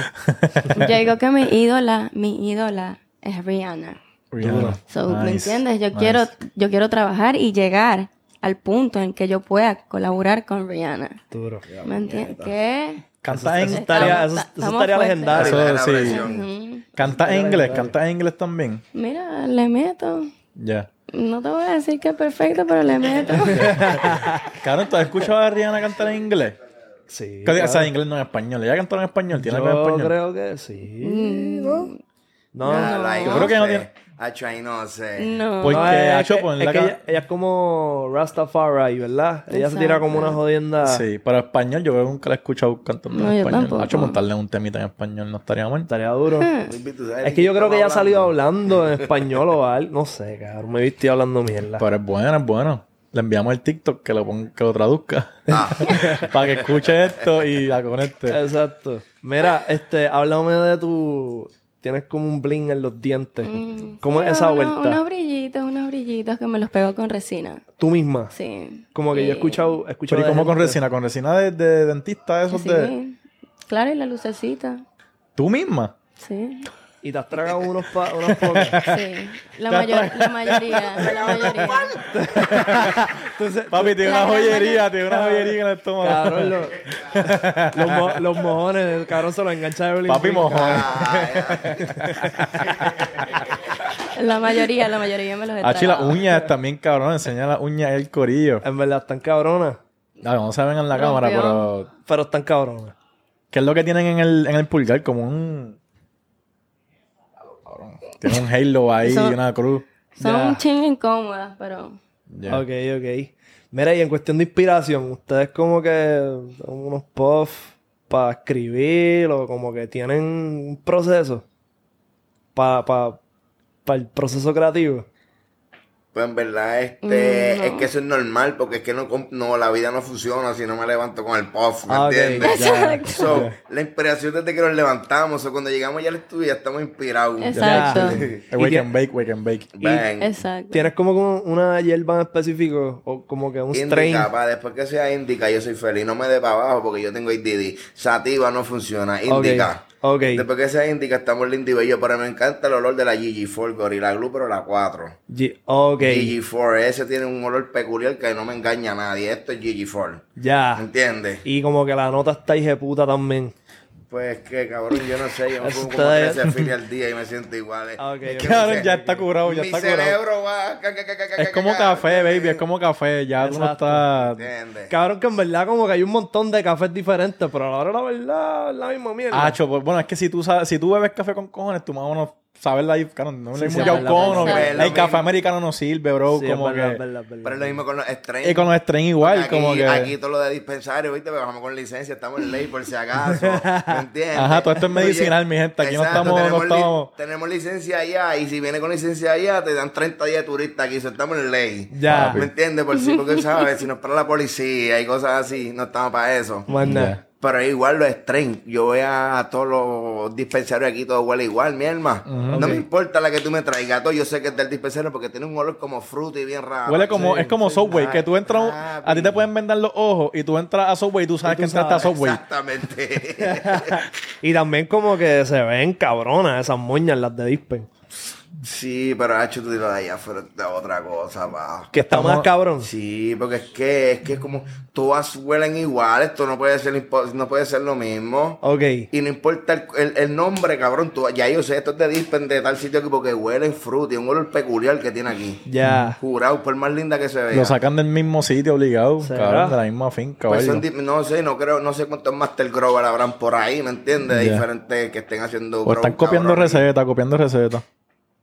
B: yo digo que mi ídola, mi ídola es Rihanna.
E: Rihanna.
B: So, ¿me
E: Nice,
B: entiendes? Yo
E: nice.
B: quiero, yo quiero trabajar y llegar al punto en que yo pueda colaborar con Rihanna.
A: Duro.
B: ¿Me entiendes? ¿Qué?
E: Canta en,
A: Eso estaría, eso, Ah, eso
B: Estamos
A: estaría
B: fuertes.
A: legendario.
E: Eso-
C: Primera
E: sí.
C: versión.
B: Mm,
E: canta en inglés, canta en inglés también.
B: Mira, le meto.
E: Ya.
B: No te voy a decir que es perfecto, pero le meto.
E: Cabrón, ¿tú has escuchado a Rihanna cantar en inglés?
A: Sí.
E: Que diga, O sea, en inglés no en español. Ella cantó en español, tiene algo en
A: Yo
E: español.
A: creo que sí.
B: Mm.
A: ¿no? No,
C: Nah, like,
E: Yo creo que no
C: sé.
E: tiene-
C: Acho, ahí no sé.
B: No.
E: Porque,
A: No, es,
E: hacho,
A: que-
E: ponle
A: es que
E: acá.
A: ella, ella es como Rastafari, ¿verdad? Ella se tira como una jodienda.
E: Sí, pero español yo creo que nunca la he escuchado cantando
B: No,
E: en
B: yo
E: español.
B: tampoco.
E: Hacho, montarle un temita en español no estaría mal.
A: Estaría duro.
C: Baby, tú sabes
A: Es que yo creo que ella ha
C: estamos
A: salido
C: hablando.
A: hablando en español o algo. No sé, cabrón. Me viste hablando mierda.
E: Pero es bueno, es bueno. Le enviamos el TikTok que lo, ponga, que lo traduzca.
C: Ah.
E: para que escuche esto y la conecte.
A: Exacto. Mira, este, háblame de tu. Tienes como un bling en los dientes.
B: Mm,
A: ¿Cómo
B: sí,
A: es esa
B: uno-
A: vuelta?
B: Unos brillitos, unos brillitos que me los pego con resina.
A: Tú misma.
B: Sí.
A: Como que yo he
B: Sí.
A: escuchado. he escuchado
E: Pero ¿y
A: de
E: cómo con
A: gente-
E: resina? ¿Con resina de, de dentista? Eso
B: Sí.
E: de...
B: Claro, y la lucecita.
E: ¿Tú misma?
B: Sí.
A: Y te has tragado unos pa- unos pocos.
B: Sí. La, mayor- la mayoría. La mayoría.
A: Entonces,
E: Papi, tiene una
B: La gran
E: joyería, tiene una joyería en este el estómago.
A: cabrón, los, los, mo- los mojones, el cabrón se los engancha de bling
E: Papi
A: bling.
E: mojón.
C: Ah, ya.
B: La mayoría, la mayoría me los está.
E: Hachi, las Ah, uñas también, cabrón. Enseña las uñas el corillo.
A: En verdad, están cabronas.
E: A ver, no se ven en la cámara,
B: Rompió.
E: pero.
A: Pero están cabronas.
E: ¿Qué es lo que tienen en el, en el pulgar? Como un. Cabrón. Tiene un halo ahí,
B: Eso-
E: una cruz.
B: Son
A: Ya.
B: un chingo incómodas, pero.
E: Ya.
A: Ok, ok. Mira, y en cuestión de inspiración, ¿ustedes como que son unos puffs para escribir o como que tienen un proceso para el proceso creativo?
C: Pues en verdad, este,
B: Mm,
C: es
B: no.
C: que eso es normal, porque es que no, com- no, la vida no funciona si no me levanto con el puff, ¿me
A: Ah, ok,
C: entiendes?
A: ya.
C: So, la inspiración desde que nos levantamos, o cuando llegamos ya al estudio, ya estamos inspirados.
B: Exacto.
E: El
A: Y
E: wake
A: que-
E: and bake, wake and bake.
C: Bang.
B: Exacto.
A: ¿Tienes como que una hierba en específico o como que un strain?
C: Indica, pa, después que sea indica, yo soy feliz. No me dé para abajo porque yo tengo ADD. Sativa no funciona. Indica.
A: Ok.
C: Después que sea indica, estamos lindos y bellos. Pero me encanta el olor de la GG4 Gorilla Glue, pero la 4.
A: Ye- ok,
C: GG4, ese tiene un olor peculiar que no me engaña a nadie. Esto es GG4.
E: Ah.
A: ya.
C: ¿Entiendes?
A: Y como que la nota está hijeputa también.
C: Pues que cabrón, yo no sé, yo me
A: Eso
C: pongo como
A: está bien.
C: 13 fili al día y me siento igual. eh.
A: Ah, ok,
C: Es
A: ok.
C: que
E: Cabrón,
C: mi ce-
E: ya está curado, ya
C: mi
E: está curado.
C: cerebro va. ca- ca- ca- ca- ca-
E: Es como
C: ca-
E: café, baby, es como café. Ya tú no
A: Exacto.
E: estás.
C: ¿Entiendes?
A: Cabrón, que en verdad como que hay un montón de cafés diferentes, pero ahora la verdad es la misma mierda.
E: Ah, pues, bueno, es que si tú, sabes- si tú bebes café con cojones, tú más o menos sabes la claro, no le
A: Sí, sí,
E: mucho
A: es verdad,
E: cono.
B: verdad,
E: El
C: verdad.
E: café americano no sirve, bro.
A: Sí, es
E: como
A: verdad, es
E: que.
A: verdad, es verdad.
C: Pero es lo mismo con los
E: Y
C: estrenos.
E: con los estrenos igual,
C: aquí,
E: como que.
C: Aquí todo lo de dispensario, ¿viste? Pero bajamos con licencia, estamos en ley por si acaso. ¿Me entiendes?
E: Ajá, todo esto es medicinal, mi gente, aquí no estamos- no
C: tenemos li-
E: estamos-
C: tenemos licencia allá y si viene con licencia allá te dan 30 días de turista aquí, eso estamos en ley.
A: Ya.
C: ¿Me entiendes? Por si, porque sabes, si nos para la policía y cosas así, no estamos para eso.
A: Más nada.
C: Pero es igual los strain. Yo voy a, a todos los dispensarios aquí, todo huele igual, mi alma. No me importa la que tú me traigas, todo. Yo sé que es del dispensario porque tiene un olor como fruta y bien raro.
E: Huele como,
A: Sí,
E: es como Subway, que tú entras,
C: Ah,
E: a ti te
C: bien.
E: pueden vendar los ojos y tú entras a Subway y tú sabes
A: tú
E: que entraste a
A: sabes,
E: Subway.
C: Exactamente.
A: Y también como que se ven cabronas esas moñas, las de Dispen.
C: Sí, pero hecho tú lo de allá afuera es otra cosa, pa.
A: Que está
E: Estamos-
A: más cabrón.
C: Sí, porque es que es que como todas huelen igual, esto no puede ser impo- no puede ser lo mismo.
A: Ok.
C: Y no importa el, el- el nombre, cabrón, tú- ya yo sé, esto es de Dispen de tal sitio aquí porque huelen fruta y un olor peculiar que tiene aquí.
A: Ya.
C: Jurado, por más linda que se vea.
E: Lo sacan del mismo sitio obligado,
A: ¿Será?
E: cabrón, de la misma finca.
C: Pues
E: o
C: son
E: algo.
C: di- no sé, no creo, no sé cuántos Master Grower habrán por ahí, ¿me entiendes? De
E: Ya.
C: Diferentes que estén haciendo.
E: o están
C: grow,
E: copiando
C: cabrón.
E: recetas, copiando recetas.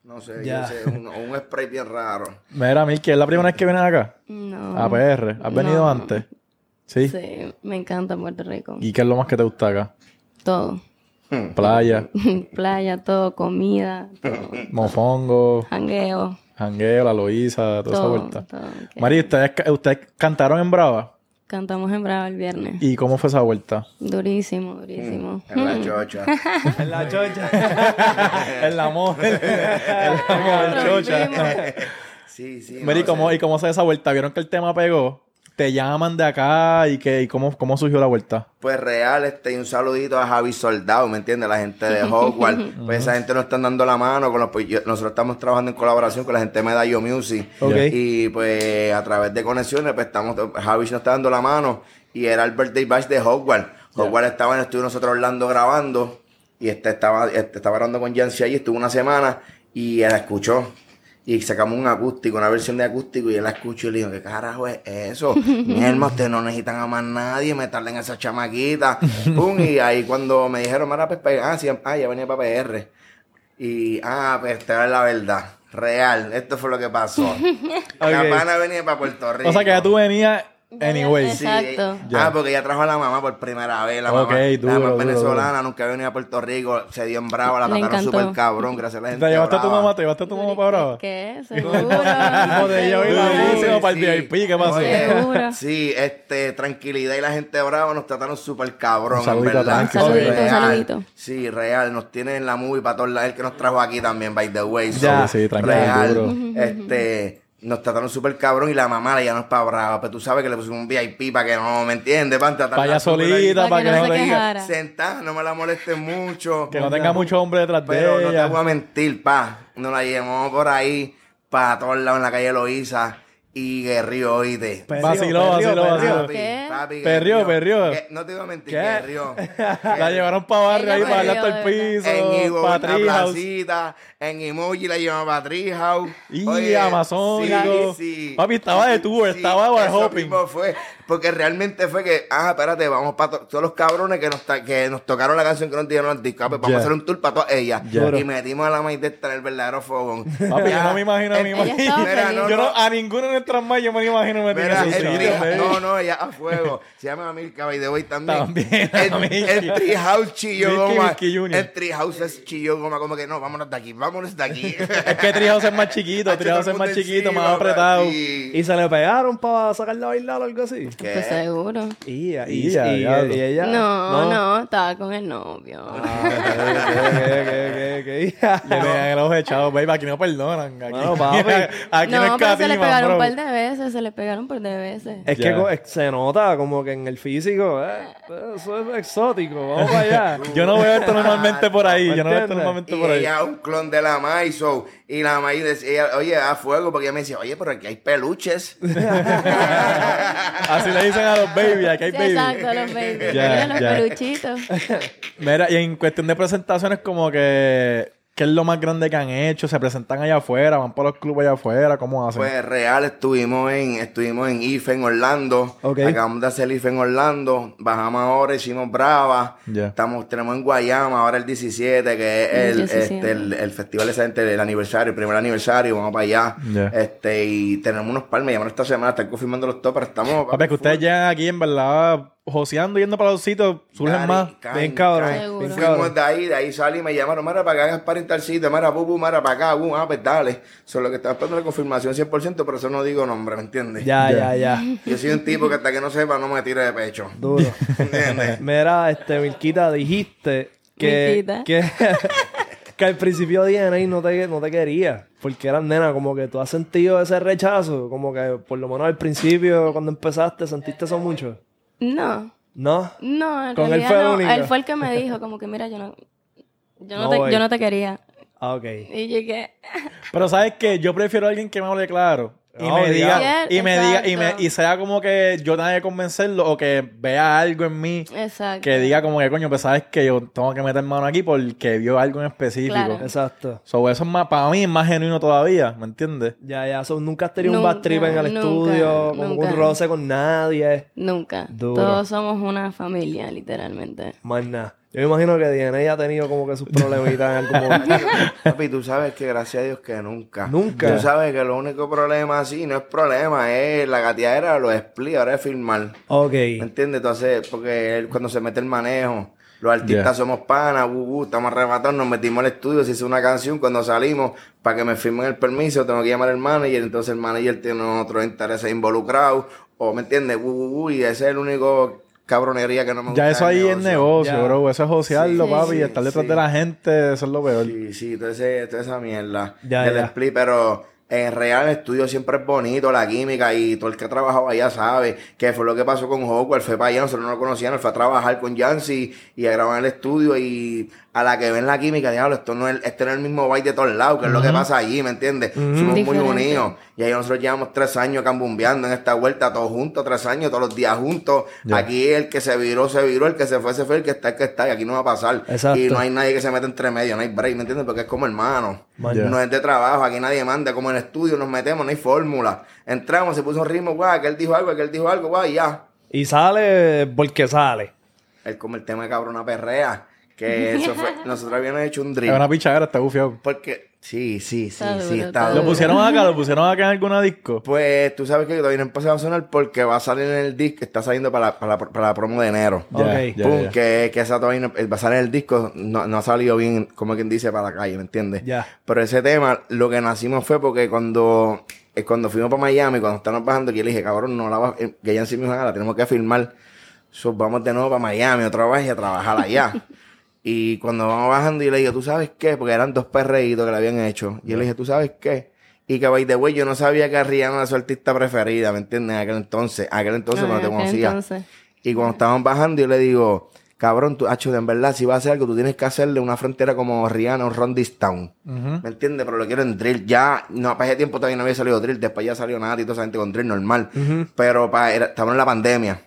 C: No sé,
A: Ya.
C: yo sé, un, un spray bien raro.
E: Mira, Milky, ¿es la primera vez que vienes acá?
B: No.
E: A PR. ¿Has venido
B: No.
E: antes? ¿Sí?
B: Sí, me encanta Puerto Rico.
E: ¿Y qué es lo más que te gusta acá?
B: Todo.
C: Mm.
E: Playa,
B: Playa, todo, comida, todo.
E: mofongo,
B: Jangueo,
E: jangueo, la Loíza, toda esa
B: todo.
E: vuelta.
B: todo, ok.
E: Mari, ¿ustedes, ca- ustedes cantaron en Brava?
B: Cantamos en Brava el viernes.
E: ¿Y cómo fue esa vuelta?
B: Durísimo, durísimo.
C: En la chocha.
A: En la chocha.
E: el amor. el amor,
B: Nosotros
E: chocha.
B: vimos.
C: Sí, sí.
E: Mira, ¿y
C: no
E: cómo,
C: sé.
E: ¿y cómo se da esa vuelta? ¿Vieron que el tema pegó? ¿Te llaman de acá? ¿Y, qué, y cómo, cómo surgió la vuelta?
C: Pues real, este, y un saludito a Javi Soldado, ¿me entiendes? La gente de Hogwarts. pues esa gente nos están dando la mano. Con los, pues, yo- nosotros estamos trabajando en colaboración con la gente de Medallo Music.
A: Ok.
C: Y pues a través de conexiones, pues estamos, Javi nos está dando la mano. Y era el birthday bash de Hogwarts. Hogwarts estaba en el estudio nosotros Orlando grabando. Y este estaba, este estaba grabando con Yancy allí, estuvo una semana y él la escuchó. Y sacamos un acústico, una versión de acústico, y él la escuchó y le dijo, ¿qué carajo es eso? Mi hermano, ustedes no necesitan a más nadie, meterle en esa chamaquita. Pum, y ahí cuando me dijeron, mira, pues, pe- ah, sí, ah, ya venía para PR. Y, ah, pues, esta es la verdad. Real, esto fue lo que pasó. La
A: Ok.
C: pana venía para Puerto Rico.
E: O sea, que ya tú venías anyway.
B: Sí.
C: Sí,
B: Exacto.
E: Ya.
C: Ah, porque ella trajo a la mamá por primera vez. La
E: Ok,
C: mamá, la
E: duro,
C: mamá
E: duro,
C: venezolana, nunca había venido a Puerto Rico. Se dio en brava, la
B: Le
C: trataron
B: encantó.
C: súper cabrón, gracias a la gente.
E: ¿Te llevaste a tu
C: brava.
E: mamá? ¿Te llevaste a tu mamá para Brava?
B: ¿Qué? Seguro.
E: Como te llevo
B: seguro.
E: y la puse. buenísimo para el VIP, ¿qué pasó?
B: Seguro.
C: sí, este, tranquilidad y la gente brava nos trataron súper cabrón,
E: Un saludito
C: en verdad.
E: a Tranqui, Un saludito,
B: un
C: Real.
B: saludito.
C: Sí, real. Nos tienen en la movie para todos lados. El que nos trajo aquí también, by the way. so,
E: Ya. Sí, Tranqui,
C: real.
E: duro.
C: Este... Nos trataron súper cabrón y la mamá ya no es para brava, pero tú sabes que le pusimos un VIP para que no, ¿me entiendes? Para
E: Para allá
B: Para
E: solita, para que no
B: se
E: te diga-
B: quejara.
C: sentada, no me la moleste mucho.
E: Que no tenga mucho hombre detrás de
C: Pero no te voy
E: ella.
C: a mentir, pa. Nos la llevamos por ahí, pa, a todos lados en la calle Loíza. y guerrió, oíste.
A: Perrió,
E: Vaciló,
A: perrió,
E: vaciló,
A: perrió.
E: vaciló.
C: Papi,
B: ¿Qué?
C: papi,
E: Perrió,
C: guerrió.
E: perrió.
C: Que- No te digo mentir,
E: ¿Qué?
C: guerrió.
E: La llevaron para barrio ahí,
B: Ella
E: para darle
B: perdió,
E: hasta el
B: de
E: piso.
C: En Ivo,
E: pa'
C: una
E: Treehouse.
C: placita, en Emoji la llevaba para Treehouse.
E: Y
C: Oye,
E: Amazónico. Papi, estaba de tour, estaba de
C: eso
E: hopping.
C: mismo fue, porque realmente fue que, ah, espérate, vamos para todos los cabrones que nos, ta- que nos tocaron la canción que nos dieron al disco, ah, pues vamos
E: Ya.
C: a hacer un tour para todas ellas.
E: Ya.
C: Y metimos a la maíz de estar el verdadero fogón.
E: Papi, yo
C: Ya.
E: no me imagino a mi
C: El-
B: Ella
E: mami.
B: estaba
C: Mira,
B: feliz.
E: Yo no, a ninguno de nuestras más yo me lo imagino metido
C: Mira,
E: en esos
C: el
E: sitios.
C: trija-
E: baby.
C: no, no, ella a fuego. Se llama Amilca by the way también.
E: También,
C: el,
E: Amilca.
C: el Treehouse chilló
E: Milky,
C: goma.
E: Milky Junior.
C: El Treehouse es chilló goma, como que no, vámonos de aquí, vámonos de aquí.
E: Es que Treehouse es más chiquito, Treehouse es más chiquito, más apretado.
A: Y se le pegaron para sacarla a bailar o algo así.
B: Pues seguro.
A: Y, y, y,
E: Ya, Ah,
A: y-
E: diablo.
A: y ella. Ah,
B: No, no, estaba con el novio.
A: que,
E: Le tenían el ojo echado, baby. Aquí no perdonan. Aquí,
A: Bueno, papi.
E: aquí no,
B: no,
E: es
B: pero se le
E: catima,
B: pegaron
E: bro.
B: un par de veces, se le pegaron un par de veces.
A: Es
E: Ya.
A: que co- es- se nota como que en el físico, eh, eso es exótico, vamos para allá.
E: Yo no veo esto normalmente por ahí. Yo no veo esto
A: ¿Entiendes?
E: normalmente
C: Y
E: por ahí.
C: ella un clon de la Mai, so, y la Mai decía, oye, a fuego, porque ella me decía, oye, pero aquí hay peluches.
E: Así le dicen a los baby, aquí hay
B: Sí,
E: baby.
B: Exacto, los babies.
E: Ya,
B: Mira, los
E: ya.
B: peluchitos.
E: Mira, y en cuestión de presentaciones, como que. ¿Qué es lo más grande que han hecho? ¿Se presentan allá afuera? ¿Van para los clubes allá afuera? ¿Cómo hacen?
C: Pues real, estuvimos en, estuvimos en IFE en Orlando.
A: Ok.
C: Acabamos de hacer IFE en Orlando. Bajamos ahora, hicimos Brava.
E: Ya.
C: Estamos, tenemos en Guayama ahora el 17, que es el,
B: 17.
C: este, el, el festival ese gente, el aniversario, el primer aniversario, vamos para allá.
E: Ya.
C: Este, y tenemos unos par, me llamaron esta semana, están confirmando los tops, pero estamos.
E: Papi, es que ustedes llegan aquí, en verdad, joseando, yendo para los sitios, surgen
C: Cari,
E: más.
C: Cari,
A: Bien cabrón,
C: Cari.
B: Seguro. bien
C: Fuimos
A: cabrón.
C: de ahí, de ahí salí y me llamaron, mira, para acá hagas party en tal sitio, mira, pupu, mira, para acá, boom, ah, pues dale. Solo que estaba esperando la confirmación 100%, pero eso no digo nombre, ¿me entiendes?
A: Ya, ya, ya.
C: Yo soy un tipo que hasta que no sepa no me tira de pecho.
A: Duro.
C: ¿Entiendes?
A: Mira, este, Milquita, dijiste que,
B: Milquita.
A: que, que al principio DNA no te, no te quería, porque eras nena, como que tú has sentido ese rechazo, como que por lo menos al principio, cuando empezaste, sentiste eso mucho.
B: No,
A: ¿No?
B: no, en
A: Con él
B: realidad
A: fue el
B: no.
A: único.
B: Él fue el que me dijo, como que mira, yo no, yo no,
A: No voy.
B: te, yo no te quería.
A: Ah, ok.
B: Y yo que,
E: Pero ¿sabes qué? Yo prefiero a alguien que me hable claro. Y
A: No,
E: me diga,
B: diga.
E: y me diga, y me,
B: Exacto.
E: y sea como que yo tenga que convencerlo o que vea algo en mí
B: exacto.
E: que diga como que coño, pues sabes que yo tengo que meter mano aquí porque vio algo en específico.
B: Claro.
A: Exacto.
E: So, eso es más, para mí es más genuino todavía, ¿me entiendes?
A: Ya, ya, so, nunca has tenido un
B: Nunca,
A: bad trip en el
B: nunca,
A: estudio, como
B: nunca.
A: un roce con nadie,
B: Nunca.
A: Duro.
B: Todos somos una familia, literalmente.
A: más nada. Yo me imagino que DNA ya ha tenido como que sus problemitas en algún momento.
C: Papi, tú sabes que gracias a Dios que nunca.
A: Nunca.
C: Tú sabes que lo único problema así no es problema, es la gateadera, lo explica, ahora es filmar.
A: Ok.
C: ¿Me entiendes? Entonces, porque él, cuando se mete el manejo, los artistas
E: Yeah.
C: somos panas, bu, bu, estamos arrebatados, nos metimos al estudio, se hizo una canción, cuando salimos, para que me firmen el permiso, tengo que llamar al manager, entonces el manager tiene otros intereses involucrados, o me entiendes, Bu, bu, bu, y ese es el único cabronería que no me gusta.
E: Ya eso
C: del
E: ahí es negocio,
A: Ya.
E: bro. Eso es josearlo,
C: Sí,
E: papi.
C: sí,
E: y estar detrás
C: sí.
E: de la gente, eso es lo peor.
C: Sí, sí, toda, ese- toda esa mierda.
A: Ya,
C: del
A: ya.
C: split, pero en real el estudio siempre es bonito, la química y todo el que ha trabajado allá sabe que fue lo que pasó con Hogwarts, fue para allá, nosotros no lo conocíamos, él fue a trabajar con Yancy y a grabar en el estudio y a la que ven la química, diablo, esto no es, este no es el mismo baile de todos lados, que es lo que pasa allí, ¿me entiendes? Somos
B: Diferente.
C: muy unidos y ahí nosotros llevamos tres años cambumbeando en esta vuelta, todos juntos, tres años, todos los días juntos,
E: Ya.
C: aquí el que se viró, se viró, el que se fue, se fue, el que está, el que está, y aquí no va a pasar.
A: Exacto.
C: Y no hay nadie que se meta entre medio, no hay break, ¿me entiendes? Porque es como hermano.
A: Man,
E: Ya.
C: No es de trabajo, aquí nadie manda, como en el estudio nos metemos, no hay fórmula. Entramos, se puso un ritmo, guau, que él dijo algo, que él dijo algo, guau, y ya.
A: Y sale porque sale.
C: Él como el tema de cabrona perrea, que eso fue, nosotros habíamos hecho un
E: Es
C: drill.
E: una pichadera, está bufiado.
C: Porque, sí, sí, sí,
B: Está
C: sí,
B: duro,
C: está
B: está
C: duro.
E: Lo pusieron acá, lo pusieron acá en alguna disco.
C: Pues tú sabes que todavía no empezó a sonar porque va a salir en el disco, está saliendo para la, para la- para la promo de enero.
E: Ya,
A: Ok.
E: ya,
C: Pum,
E: ya.
C: Que, que esa todavía no- eh, va a salir en el disco, no, no ha salido bien, como quien dice, para la calle, ¿me entiendes?
A: Ya.
C: Pero ese tema, lo que nacimos fue porque cuando, eh, cuando fuimos para Miami, cuando estábamos bajando, que yo le dije, cabrón, no la va, eh, que ya en sí misma la tenemos que filmar. So, vamos de nuevo para Miami otra vez y a trabajar allá. y cuando vamos bajando, yo le digo, ¿tú sabes qué? Porque eran dos perreitos que le habían hecho. Y yo le dije, ¿tú sabes qué? Y que, by the way, yo no sabía que Rihanna era su artista preferida, ¿me entiendes? En aquel entonces, aquel entonces
B: Ay,
C: cuando te
B: aquel
C: conocía.
B: entonces.
C: Y cuando estaban bajando, yo le digo, cabrón, tú, acho, en verdad, si vas a hacer algo, tú tienes que hacerle una frontera como Rihanna o Ron This Town. ¿Me entiendes? Pero lo quiero en drill. Ya, no, para ese tiempo todavía no había salido drill. Después ya salió nada y toda esa gente con drill normal. Pero para, era- estábamos en la pandemia.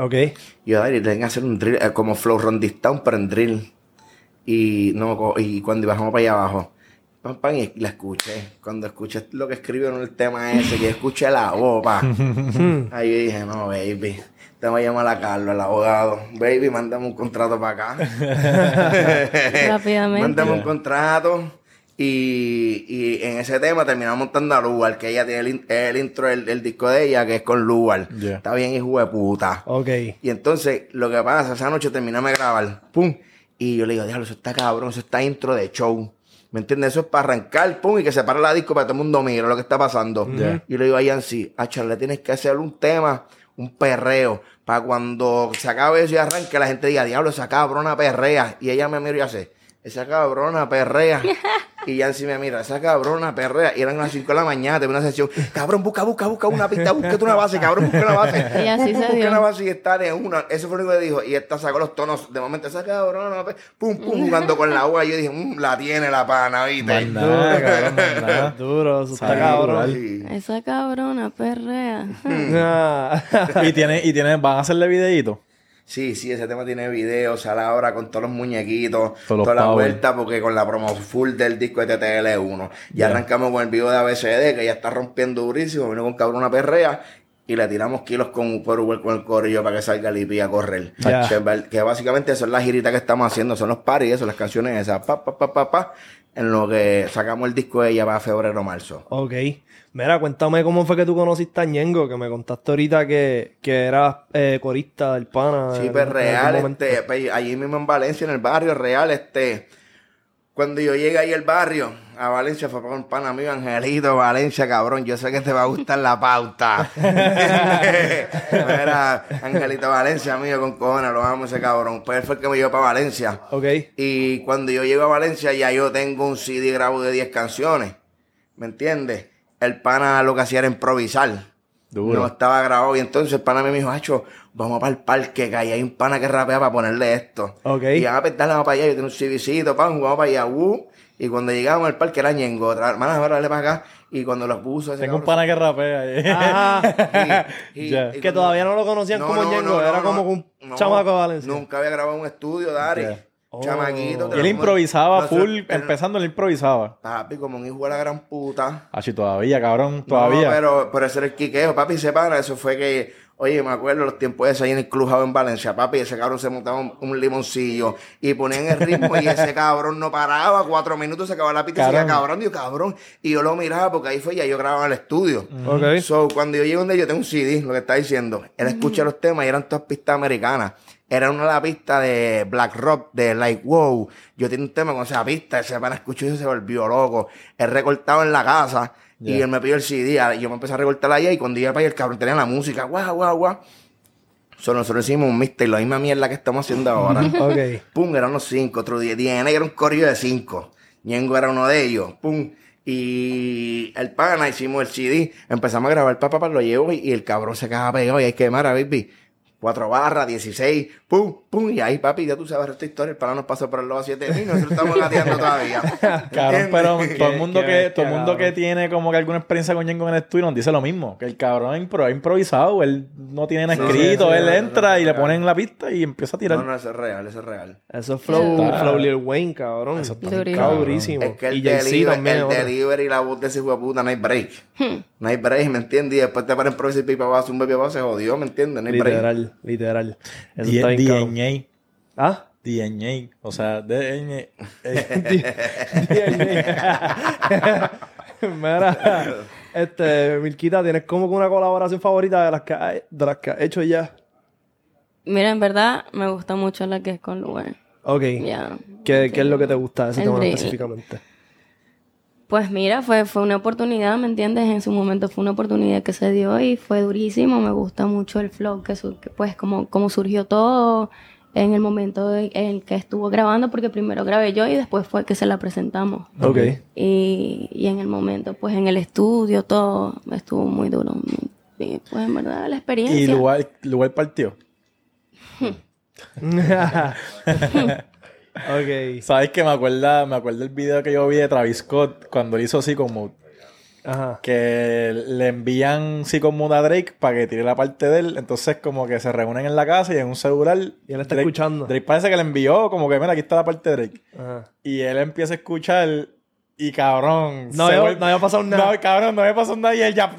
A: Ok.
C: Y yo, Dari, tienen que hacer un drill, eh, como Flow Run This Town, pero en drill. Y, no, co- y cuando bajamos para allá abajo, pam, pam, y la escuché. Cuando escuché lo que escribieron el tema ese, que escuché la boba. Ahí yo dije, no, baby. Te voy a llamar a Carlos, el abogado. Baby, mándame un contrato para acá.
B: Rápidamente.
C: Mándame un contrato. Y, y en ese tema terminamos montando a Lugar, que ella tiene el, in- el intro del del disco de ella, que es con Lugar.
E: Yeah.
C: Está bien, hijo de puta.
A: Ok.
C: Y entonces, lo que pasa, esa noche terminamos de grabar, pum. Y yo le digo, déjalo, eso está cabrón, eso está intro de show. ¿Me entiendes? Eso es para arrancar, pum, y que se para la disco para que todo el mundo mire lo que está pasando. Y le digo a Yancy, a Charlie, tienes que hacer un tema, un perreo, para cuando se acabe eso y arranque, la gente diga, diablo, esa cabrona perrea. Y ella me mira y hace, esa cabrona perrea. y Yancy me mira, esa cabrona perrea. Y eran las 5 de la mañana, tengo una sesión, cabrón, busca, busca, busca una pista, búscate una base, cabrón, busca una base.
B: Y así
C: Pum, pum,
B: se
C: busca
B: dio.
C: una base así estar en una. Eso fue lo que dijo. Y esta sacó los tonos. De momento esa cabrona, pe- pum, pum, jugando con la agua. Yo dije, "Mm, la tiene la pana, ¿viste?
E: Más nada, cabrón, más nada.
A: Duro, eso está
E: Sabe
A: cabrón.
E: brutal.
C: Sí.
B: Esa cabrona perrea.
A: Ah.
E: Y tiene, y tiene, van a hacerle videíto.
C: sí, sí, ese tema tiene video. Sale ahora con todos los muñequitos,
E: Todos los
C: toda la
E: power.
C: vuelta, porque con la promo full del disco de TTL1. Ya arrancamos con el video de ABCD, que ya está rompiendo durísimo. Vino con cabrona perrea. Y le tiramos kilos con, por Uber con el corillo para que salga Lipi a correr.
A: Ya.
C: Que val- Que básicamente son las giritas que estamos haciendo, son los paris, eso, las canciones esas, pa, pa, pa, pa, pa, en lo que sacamos el disco de ella para febrero, marzo.
A: Ok. Mira, cuéntame cómo fue que tú conociste a Ñengo, que me contaste ahorita que, que eras eh, corista del pana.
C: Sí,
A: en-
C: pues
A: en
C: real,
A: algún momento.
C: este, pues, allí mismo en Valencia, en el barrio real, este, cuando yo llegué ahí al barrio, a Valencia, fue para un pan amigo, Angelito, Valencia, cabrón, yo sé que te va a gustar la pauta. Mira, Angelito Valencia, amigo, con cojones, lo amo ese cabrón. Pues él fue el que me llevó para Valencia.
A: Ok.
C: Y cuando yo llego a Valencia, ya yo tengo un CD grabado de 10 canciones. ¿Me entiendes? El pana lo que hacía era improvisar.
E: Duro.
C: No estaba grabado. Y entonces el pana me dijo, Hacho, vamos para el parque, que ahí hay un pana que rapea para ponerle esto.
A: Ok.
C: Y ya, pues, dale, vamos para allá. Yo tengo un CDcito, pan, jugamos para allá. uh. Y cuando llegamos al parque era ñengo. Tra- Hermana, ahora dale para acá. Y cuando los puso... ese
E: Tengo un
C: cabrón-
E: pana que rapea. eh.
A: Ah,
C: Y- y-
E: Ya.
C: y
A: que
C: cuando-
A: todavía no lo conocían
C: No,
A: como
C: no,
A: Ñengo,
C: no,
A: era
C: no,
A: como
C: no,
A: un
C: no.
A: chamaco de Valencia.
C: Nunca había grabado en un estudio, Dari.
E: Ya.
A: Oh.
C: Chamaquito. te
E: Y él
C: lo-
E: improvisaba
C: Nosotros-
E: full, empezando él improvisaba.
C: Papi, como un hijo de la gran puta.
E: Así todavía, cabrón, todavía.
C: No, pero, pero ese era el quiqueo, papi, se para. Eso fue que, oye, me acuerdo los tiempos esos ahí en el club en Valencia, papi, ese cabrón se montaba un, un limoncillo y ponían el ritmo y ese cabrón no paraba, cuatro minutos se acababa la pista y seguía
E: Caramba.
C: cabrón, yo cabrón. Y yo lo miraba porque ahí fue ya yo grababa en el estudio.
A: Ok.
C: So, cuando yo llego donde yo tengo un CD, lo que está diciendo, él escucha los temas y eran todas pistas americanas. Era una de las pistas de Black Rock, de Like Wow. Yo tenía un tema con esa pista, ese pana escuchó eso y se volvió loco. Él recortaba en la casa y
E: Ya.
C: él me pidió el CD. Ah, Yo me empecé a recortar allá y cuando iba para allá el cabrón tenía la música, guau, guau, guau. So, nosotros hicimos un mister, la misma mierda que estamos haciendo ahora.
A: Ok.
C: Pum, eran los cinco. Otro día, DNA era un corrido de cinco. Ñengo era uno de ellos. Pum. Y el pana hicimos el CD. Empezamos a grabar, papá, papá, lo llevo y, y el cabrón se quedaba pegado y hay que quemar a baby. Cuatro barras, 16, pum, pum, y ahí, papi, ya tú sabes esta historia, el pana nos pasó por el lado 7000, nosotros estamos gateando todavía.
E: Cabrón,
C: ¿Entiendes?
E: pero todo el
A: Qué-
E: mundo
A: qué
E: que,
A: bestia,
E: todo el mundo que
A: cabrón.
E: tiene como que alguna experiencia con Ñengo en el estudio nos dice lo mismo. Que el cabrón ha impro- ha improvisado, él no tiene nada
C: Sí,
E: escrito,
C: sí, sí,
E: él
C: sí,
E: entra
C: sí,
E: y le
C: sí.
E: ponen la pista y empieza a tirar.
C: No, no, eso es real, eso es real.
A: Eso es Flow,
E: Está-
A: flow Lil Wayne, cabrón. Eso
B: está Durísimo.
A: está durísimo.
C: Es que el,
A: y Jay-Z
C: delivery,
A: también.
C: el
A: ahora.
C: delivery y la voz de ese hijo de puta, no hay break. No hay break, ¿me entiendes? Y después te paran improvisar y pipa va un bebé va, se jodió, ¿me entiendes? No hay break.
A: Literal, literal. Eso
E: D-
A: está bien cabrón.
E: DNA.
A: ¿Ah?
E: DNA. O sea, DNA. eh,
A: Mira, este, Milquita, ¿tienes como que una colaboración favorita de las que, ha- de las que has hecho ya?
B: Mira, en verdad me gusta mucho la que es con lugar.
A: Ok.
B: Ya.
A: ¿Qué, ¿Qué es lo que te gusta de ese
B: El
A: tema
B: drill.
A: específicamente?
B: Pues mira, fue, fue una oportunidad, ¿me entiendes? En su momento fue una oportunidad que se dio y fue durísimo. Me gusta mucho el flow, que, su- que, pues como, como surgió todo en el momento en el que estuvo grabando, porque primero grabé yo y después fue que se la presentamos.
A: Ok.
B: Y, y en el momento, pues en el estudio, todo estuvo muy duro. Y, pues en verdad la experiencia.
E: y lugar, lugar partió.
A: ok.
E: ¿Sabes que Me acuerda, me acuerdo el video que yo vi de Travis Scott cuando él hizo Psycho Mode.
A: Ajá.
E: Que le envían Psycho Mode a Drake para que tire la parte de él. Entonces, como que se reúnen en la casa y en un celular.
A: Y él está
E: Drake-
A: escuchando.
E: Drake parece que le envió, como que mira, aquí está la parte de Drake.
A: Ajá.
E: Y él empieza a escuchar. Y cabrón.
A: No
E: se
A: había-
E: vuelve-
A: no había pasado nada.
E: No, cabrón, no había pasado nada. Y él ya.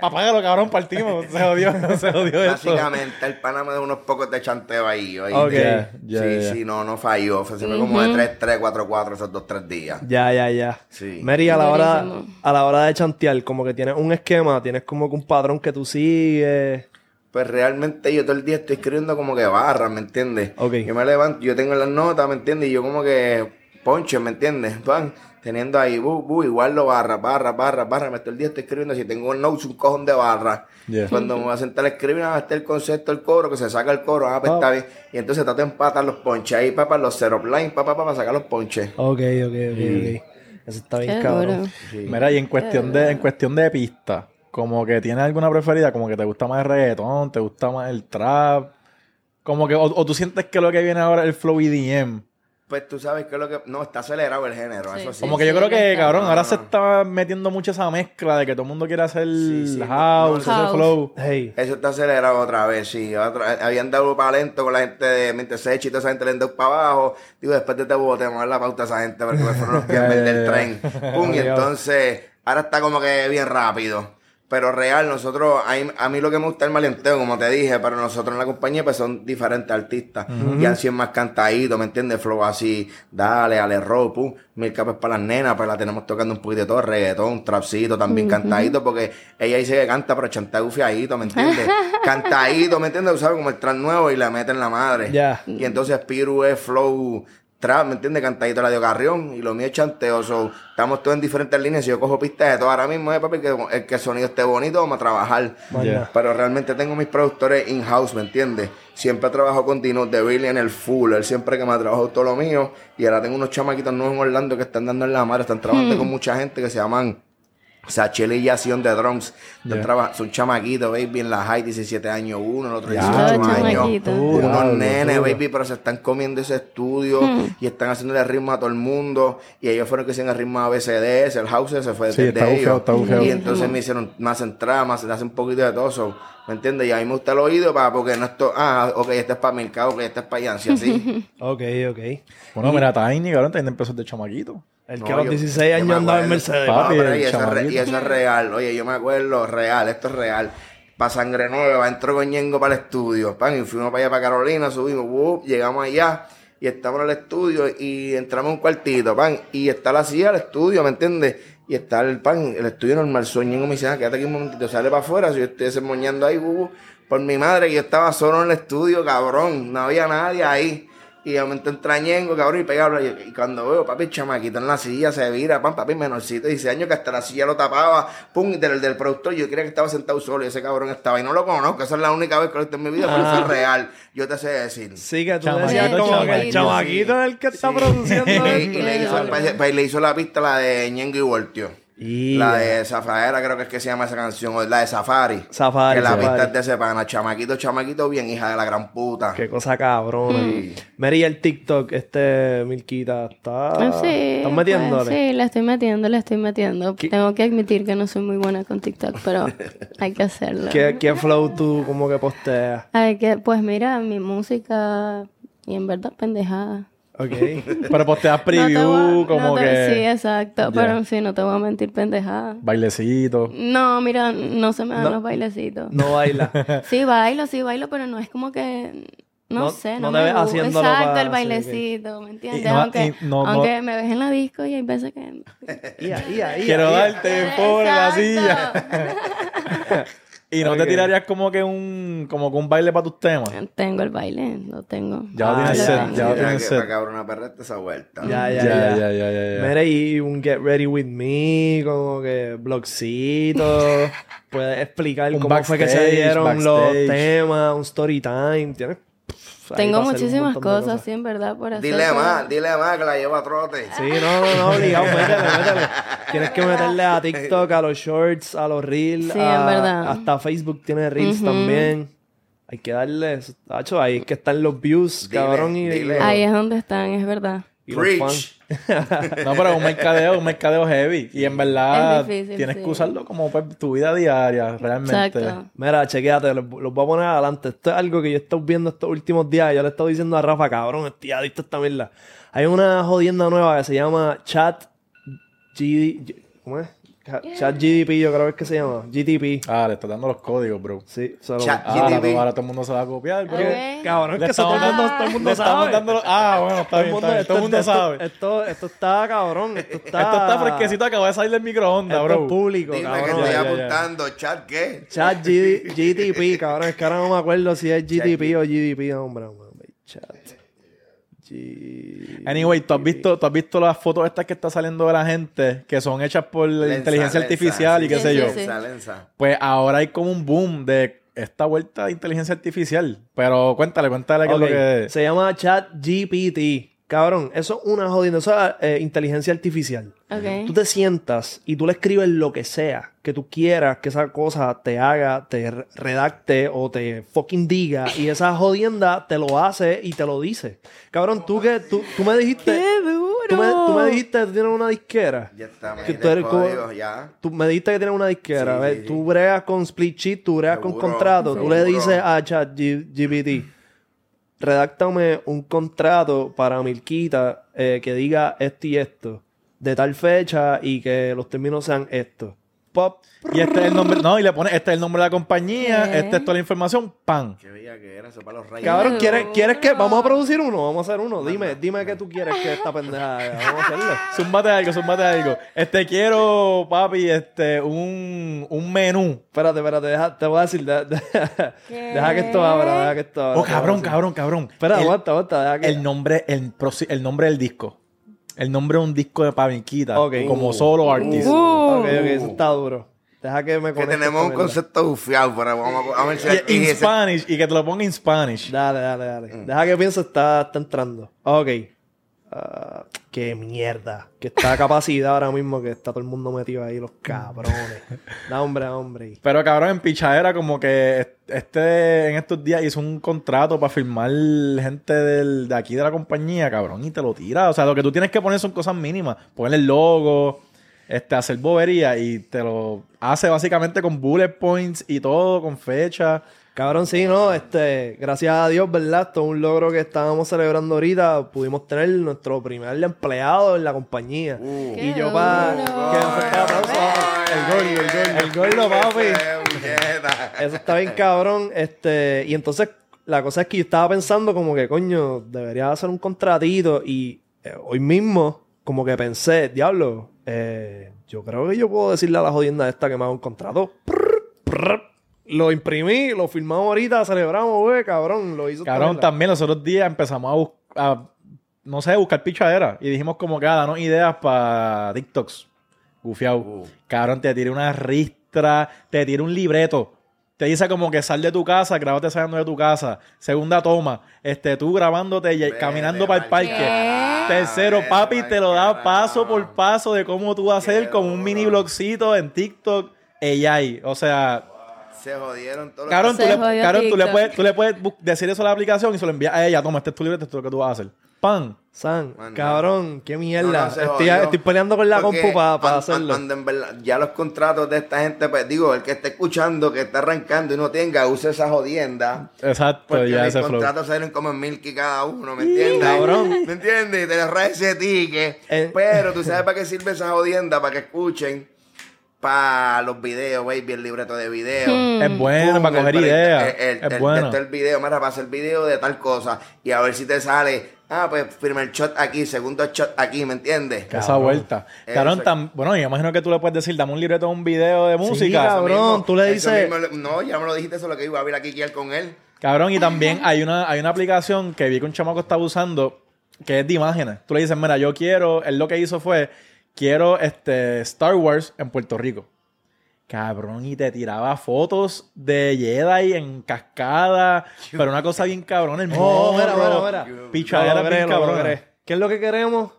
E: Apágalo, cabrón, partimos. Se jodió, se jodió eso.
C: Básicamente, el pana me dio unos pocos de chanteo ahí. ¿oíste?
A: Ok.
E: Ya, ya,
C: sí,
E: ya.
C: sí, no, no falló. Fue- Se fue como de 3, 3, 4, 4 esos dos, tres días.
A: Ya, ya, ya.
C: Sí.
A: Mary, a la, hora,
B: Buenísimo.
A: a la hora de chantear, como que tienes un esquema, tienes como que un padrón que tú sigues.
C: Pues realmente yo todo el día estoy escribiendo como que barras, ¿me entiendes?
A: Ok.
C: Yo me levanto, yo tengo las notas, ¿me entiendes? Y yo como que ponche, ¿me entiendes? Van teniendo ahí, bu, bu, igual lo barra, barra, barra, barra. Me todo el día estoy escribiendo. Si tengo un notes, un cojón de barra.
E: Yeah.
C: Cuando me voy a sentar a escribir, ah, está el concepto, el coro, que se saca el coro, ah, pues está bien. Y entonces trato de empatar los ponches ahí, papá, los zero lines, papá, papá, para sacar los ponches.
A: Ok, ok, ok, ok. Eso está bien,
B: Qué
A: cabrón.
B: duro.
E: Mira, y en cuestión de, en cuestión de pista, como que tienes alguna preferida, como que te gusta más el reggaetón, te gusta más el trap, como que, o, o tú sientes que lo que viene ahora es el flow E EDM.
C: Pues tú sabes que es lo que. No, está acelerado el género,
B: Sí.
C: eso sí.
E: Como que yo
B: sí,
E: creo que,
B: está.
E: cabrón, ahora se está metiendo mucho esa mezcla de que todo el mundo quiere hacer
C: sí.
E: house,
B: No, no.
E: hacer flow.
A: Hey.
C: Eso está acelerado otra vez, sí. Otra- habían dado para lento con la gente de Mente Sechi y toda esa gente le han dado para abajo. Digo, después de este bote, vamos a dar la pauta a esa gente porque me fueron los pies verdes del tren. Pum, y entonces, ahora está como que bien rápido. Pero real, nosotros, a mí, a mí lo que me gusta es el malenteo, como te dije, pero nosotros en la compañía pues son diferentes artistas. Y han sido más cantaditos, ¿me entiendes? Flow así, dale, ale roll, pum, mil capas para las nenas, pues la tenemos tocando un poquito de todo, reggaetón, trapcito, también cantadito, porque ella dice que canta, pero chanta gufiadito, ¿me entiendes? cantadito, ¿me entiendes? Tú ¿Sabes? Como el trap nuevo y la meten la madre.
A: Ya.
C: Y entonces Piru es flow trap, ¿me entiendes? Cantadito la de Carrión y lo mío es chanteo. So, estamos todos en diferentes líneas. Si yo cojo pistas de todo ahora mismo, eh, papi, que el que el sonido esté bonito, vamos a trabajar.
E: Ya.
C: Pero realmente tengo mis productores in-house, ¿me entiendes? Siempre trabajo con Dino de Billy en el full. Él siempre que me ha trabajado todo lo mío. Y ahora tengo unos chamaquitos nuevos en Orlando que están dando en la madre. Están trabajando con mucha gente que se llaman Sachel y Yación de Drums. Están traba- Son chamaquitos, baby, en la high, 17 años uno, el otro 18 años.
B: chamaquitos.
C: Unos
A: Diablo,
C: nenes,
A: duro.
C: baby, pero se están comiendo ese estudio y están haciéndole ritmo a todo el mundo. Y ellos fueron que hicieron el ritmo a BCDS, el house se fue de,
E: Sí,
C: de
E: está
C: ellos.
E: bufeado, está bufeado.
C: Y entonces me hicieron más entradas, más, hacen un poquito de todo eso. ¿Me entiendes? Y a mí me gusta el oído para porque no esto, ah, ok, este es para Milka, ok, este es para Yancy, así.
A: Ok, ok.
E: Bueno, mira, Tiny, cabrón, Tiny empezó de chamaquito.
A: El
C: No,
A: que a los
C: yo-
A: 16
C: yo me
A: años andaba
C: acuerdo.
A: en Mercedes.
E: Pa-
C: No,
E: Papi,
C: pero
E: el
C: y, eso es re-
E: chamaquito.
C: y eso es real. Oye, yo me acuerdo, real, esto es real. Para Sangre Nueva, entro con Ñengo para el estudio. Pan, y fuimos para allá, para Carolina, subimos, wup, llegamos allá. Y estamos en el estudio y entramos a un cuartito, pan. Y está la silla del estudio, ¿me entiendes? Y está el pan, el estudio normal. So, Ñengo me dice, ah, quédate aquí un momentito, sale para afuera. Si yo estuviese moñando ahí, wup, wup. por mi madre, que yo estaba solo en el estudio, cabrón. No había nadie ahí. Y de momento entra Ñengo, cabrón, y pegaba. Y, y cuando veo, papi, el chamaquito en la silla, se vira, pan, papi, menorcito, 16 años, que hasta la silla lo tapaba, pum, y del, del productor, yo creía que estaba sentado solo, y ese cabrón estaba, y no lo conozco, esa es la única vez que lo he visto en mi vida, pero eso es real, yo te sé decir.
A: Ah. Sí, que tú
E: Chamaquito,
A: decías como que el
B: chamaquito,
A: chamaquito es el que está produciendo
C: Y le,
A: esto.
C: y le hizo, pues, pues, le hizo la pista la de Ñengo y Voltio.
A: Y-
C: La E de Zafaera, creo que es que se llama esa canción, o la de Safari.
A: Safari,
C: Que la
A: Safari.
C: pista es de ese pana, chamaquito, chamaquito, bien hija de la gran puta.
A: Qué cosa cabrona. Mary, el TikTok, este Milquita, está.
B: Sí,
A: Ah, ¿Estás metiéndole?
B: pues, sí, le estoy metiendo, le estoy metiendo. Tengo que admitir que no soy muy buena con TikTok, pero hay que hacerlo.
A: ¿Qué, qué flow tú como que posteas?
B: Hay que, pues mira, mi música y en verdad pendejada.
A: Ok.
E: Pero posteas
B: No te
E: preview,
B: voy a-
E: como
B: no te- Sí,
E: que
B: exacto, pero en fin, no te voy a mentir pendejada.
E: bailecito.
B: No, mira, no se me dan los bailecitos.
A: No baila.
B: Sí bailo, sí bailo, pero no es como que... No,
A: No-
B: sé,
A: no te
B: no, me
A: ves
B: gusta.
A: haciéndolo
B: Exacto,
A: para-
B: el
A: sí,
B: bailecito, ¿me entiendes?
E: Y no-
B: aunque
E: y no- no-
B: aunque me ves en la disco y hay veces que...
A: Ia, ia, ia,
E: Quiero
A: ia.
E: darte por la
B: Exacto.
E: silla. Y no te tirarías como que un, como que un baile para tus temas.
B: Tengo el baile, lo tengo.
E: Ya lo
A: Ah,
E: tienes
A: ya.
E: set, ya lo
C: Mira
E: tienes
C: que
E: set.
C: pa' cabrona perrete esa vuelta.
A: Ya, ya,
E: Ya,
A: ya.
E: ya, ya, ya, ya.
A: Mira, y un Get Ready With Me, como que blogcito. Puedes explicar
E: Un
A: cómo fue que se
E: backstage,
A: dieron los
E: backstage.
A: temas, un story time. Tienes. pff, ahí
B: Tengo
A: va a ser un
B: muchísimas
A: montón de
B: cosas, sí, en verdad, por hacer.
C: Dile
B: pero-
C: más, dile más que la lleva a trote.
A: Sí, no, no, no, obligado, métele, métele. Tienes que meterle a TikTok, a los shorts, a los reels.
B: Sí,
A: a-
B: en verdad.
A: Hasta Facebook tiene reels también. Hay que darle, eso, tacho, ahí es que están los views,
C: Dile,
A: cabrón, y,
C: dile.
A: y-
B: Ahí es donde están, es verdad.
A: y los fans.
C: Preach.
E: No, pero es un mercadeo, un mercadeo heavy. Y en verdad
B: Es difícil,
E: tienes
B: sí.
E: que usarlo como pues, tu vida diaria, realmente.
B: Exacto.
A: Mira, chequéate, los, los voy a poner adelante. Esto es algo que yo he estado viendo estos últimos días. Yo le he estado diciendo a Rafa, cabrón, estoy adicto a esta mierda. Hay una jodienda nueva que se llama Chat GD... ¿Cómo es? Ca- Chat GDP, yo creo que es que se llama. GTP.
E: Ah, le estás dando los códigos, bro.
A: Sí, se lo-
C: Chat
E: Ah, ahora,
C: GTP.
E: ahora todo el mundo se va a copiar, bro.
B: Ok.
A: Cabrón,
E: Le
A: que todo
E: estamos
A: el mundo-
E: dando, todo el mundo
A: le
E: sabe.
A: estamos dando
E: ah, bueno, está
A: Todo el
E: bien,
A: mundo,
E: está bien.
A: esto-
E: Todo el mundo
A: esto-
E: sabe.
A: Esto,
E: Esto,
A: esto, está cabrón. Esto está,
E: está fresquecito, acaba de salir del microondas,
A: Esto
E: bro.
A: es público,
C: Dime que
A: cabrón.
C: estoy
E: ya, ya, ya.
C: apuntando. ¿Chat qué?
A: Chat GD GTP, cabrón. Es que ahora no me acuerdo si es GTP o GDP, hombre. hombre. Chat. G...
E: Anyway, ¿tú has, visto, tú has visto las fotos estas que está saliendo de la gente que son hechas por la
C: Lenza,
E: inteligencia
C: lenza,
E: artificial y
C: sí,
E: qué sé
B: Sí,
E: yo.
B: sí,
C: lenza, lenza.
E: Pues ahora hay como un boom de esta vuelta de inteligencia artificial. Pero cuéntale, cuéntale qué
A: Ok,
E: es lo que.
A: Se llama Chat GPT. Cabrón, eso es una jodida. Eso es eh, inteligencia artificial. Tú
B: Ok.
A: te sientas y tú le escribes lo que sea que tú quieras que esa cosa te haga, te re- redacte o te fucking diga y esa jodienda te lo hace y te lo dice. Cabrón, tú que tú, tú me dijiste,
B: ¡Qué duro!
A: tú me, tú me dijiste que tú tienes una disquera.
C: Ya está, me
A: Que
C: diste
A: tú eres
C: el
A: como-
C: código, ya.
A: Tú me dijiste que tienes una disquera.
C: Sí,
A: ¿ves?
C: sí, sí.
A: Tú bregas con split sheet, tú bregas con
C: Seguro,
A: contrato. Tú le
C: seguro.
A: dices a ChatGPT, redáctame un contrato para Milquita eh, que diga esto y esto, de tal fecha y que los términos sean estos. Pop.
E: Y este es el nombre. No, y le pones, este es el nombre de la compañía,
B: ¿Qué?
E: este es toda la información, pan.
C: Qué veía que era eso para los rayos.
A: Cabrón,
B: Qué
A: ¿quieres,
B: duro.
A: ¿quieres que vamos a producir uno? Vamos a hacer uno. Dime, dime qué tú quieres que esta pendeja haga. Vamos a hacerle.
E: Zumbate algo, zumbate algo. Este quiero, papi, este, un, un menú.
A: Espérate, espérate, deja- te voy a decir. de- de- deja que esto abra, deja que esto abra.
E: Oh, cabrón, cabrón, cabrón.
A: Ah, Espera,
E: el,
A: aguanta, aguanta. Deja que...
E: el nombre, el, proci- el nombre del disco. El nombre de un disco de Pavinquita.
A: Ok.
E: Como solo artist.
A: Ok,
B: Uh.
A: ok, eso está duro. Deja que me
C: Que
A: conecte
C: tenemos
A: esta
C: un
A: mierda.
C: concepto bufiado, pero vamos a, a ver si
E: Y-
C: y
E: in
C: ese-
E: Spanish. Y que te lo ponga en Spanish.
A: Dale, dale, dale.
C: Mm.
A: Deja que piense, está, está entrando. Ok. Ah, qué mierda. Que está a capacidad ahora mismo, que está todo el mundo metido ahí, los cabrones. Da hombre, da hombre.
E: Pero cabrón, en pichadera, como que este en estos días hizo un contrato para firmar gente del, de aquí de la compañía, cabrón, y te lo tira. O sea, lo que tú tienes que poner son cosas mínimas. Poner el logo, este, hacer bobería y te lo hace básicamente con bullet points y todo, con fecha.
A: Cabrón, sí, ¿no? Este, gracias a Dios, ¿verdad? Esto es un logro que estábamos celebrando ahorita. Pudimos tener nuestro primer empleado en la compañía.
C: Uh.
A: y yo para...
B: duro!
A: El gordo, el gordo. El gordo, papi. Eso está bien cabrón. Este, y entonces la cosa es que yo estaba pensando como que, coño, debería hacer un contratito y eh, hoy mismo como que pensé, diablo, eh, yo creo que yo puedo decirle a la jodienda esta que me haga un contrato. Prr, prr. Lo imprimí, lo firmamos ahorita, celebramos, güey, cabrón. Lo hizo
E: Cabrón,
A: esta mierda.
E: también los otros días empezamos a, bus- a, no sé, buscar pichadera. Y dijimos como que, ah, danos ideas para TikToks. Gufiao.
C: Uh.
E: Cabrón, te tiré una ristra, te tiré un libreto. Te dice como que sal de tu casa, grábate saliendo de tu casa. Segunda toma, este, tú grabándote y caminando para el parque.
B: carajo.
E: Tercero, papi, te lo da paso por paso de cómo tú vas a hacer
C: Qué
E: como un mini
C: duro.
E: blogcito en TikTok AI. O sea,
C: Se jodieron todos los
E: Cabrón, tú
B: Se
E: le,
B: jodió
E: cabrón, tú le
B: TikTok.
E: puedes, tú le puedes bu- decir eso a la aplicación y se lo envías a ella. Toma, este es tu libreto, esto es lo que tú vas a hacer. ¡Pam!
A: San,
C: Mano.
A: cabrón, qué mierda.
C: No, no, se
A: estoy,
C: jodió.
A: estoy peleando con la
C: Porque
A: compu para
C: an- an-
A: hacerlo.
C: anda en verdad, ya los contratos de esta gente, pues digo, el que está escuchando, que está arrancando y no tenga, use esa jodienda.
E: Exacto,
C: Porque
E: ya
C: los
E: ese flow.
C: contratos salen como en milky cada uno, ¿me entiendes?
A: Cabrón.
C: ¿Me entiendes? Y te les rae ese ticket.
A: Eh.
C: Pero tú sabes para qué sirve esa jodienda, para que escuchen. Para los videos, baby, el libreto de video.
B: Mm.
E: Es bueno
C: Pum,
E: para coger
C: el- Eh,
E: ideas.
C: el- el-
E: Es
C: el-
E: bueno.
C: esto es el video, mira, para hacer video de tal cosa. Y a ver si te sale. Ah, pues primer shot aquí, segundo shot aquí, ¿me entiendes?
E: Esa vuelta.
C: Eso.
E: Cabrón, tam- bueno, yo imagino que tú le puedes decir, dame un libreto a un video de música.
A: cabrón.
E: cabrón.
A: tú le
C: eso
A: dices-
C: mismo- no, ya me lo dijiste, eso es lo que iba a ver aquí quién con él.
E: y también hay una, hay una aplicación que vi que un chamaco está usando que es de imágenes. Tú le dices, mira, yo quiero, él lo que hizo fue, quiero este Star Wars en Puerto Rico. Cabrón, y te tiraba fotos de Jedi en cascada. Pero una cosa bien cabrón, el
A: Oh,
E: morro.
A: mira, mira, mira.
E: Pichadera
A: Lo logré,
E: bien
A: lo
E: cabrona.
A: logré. ¿Qué es lo que queremos?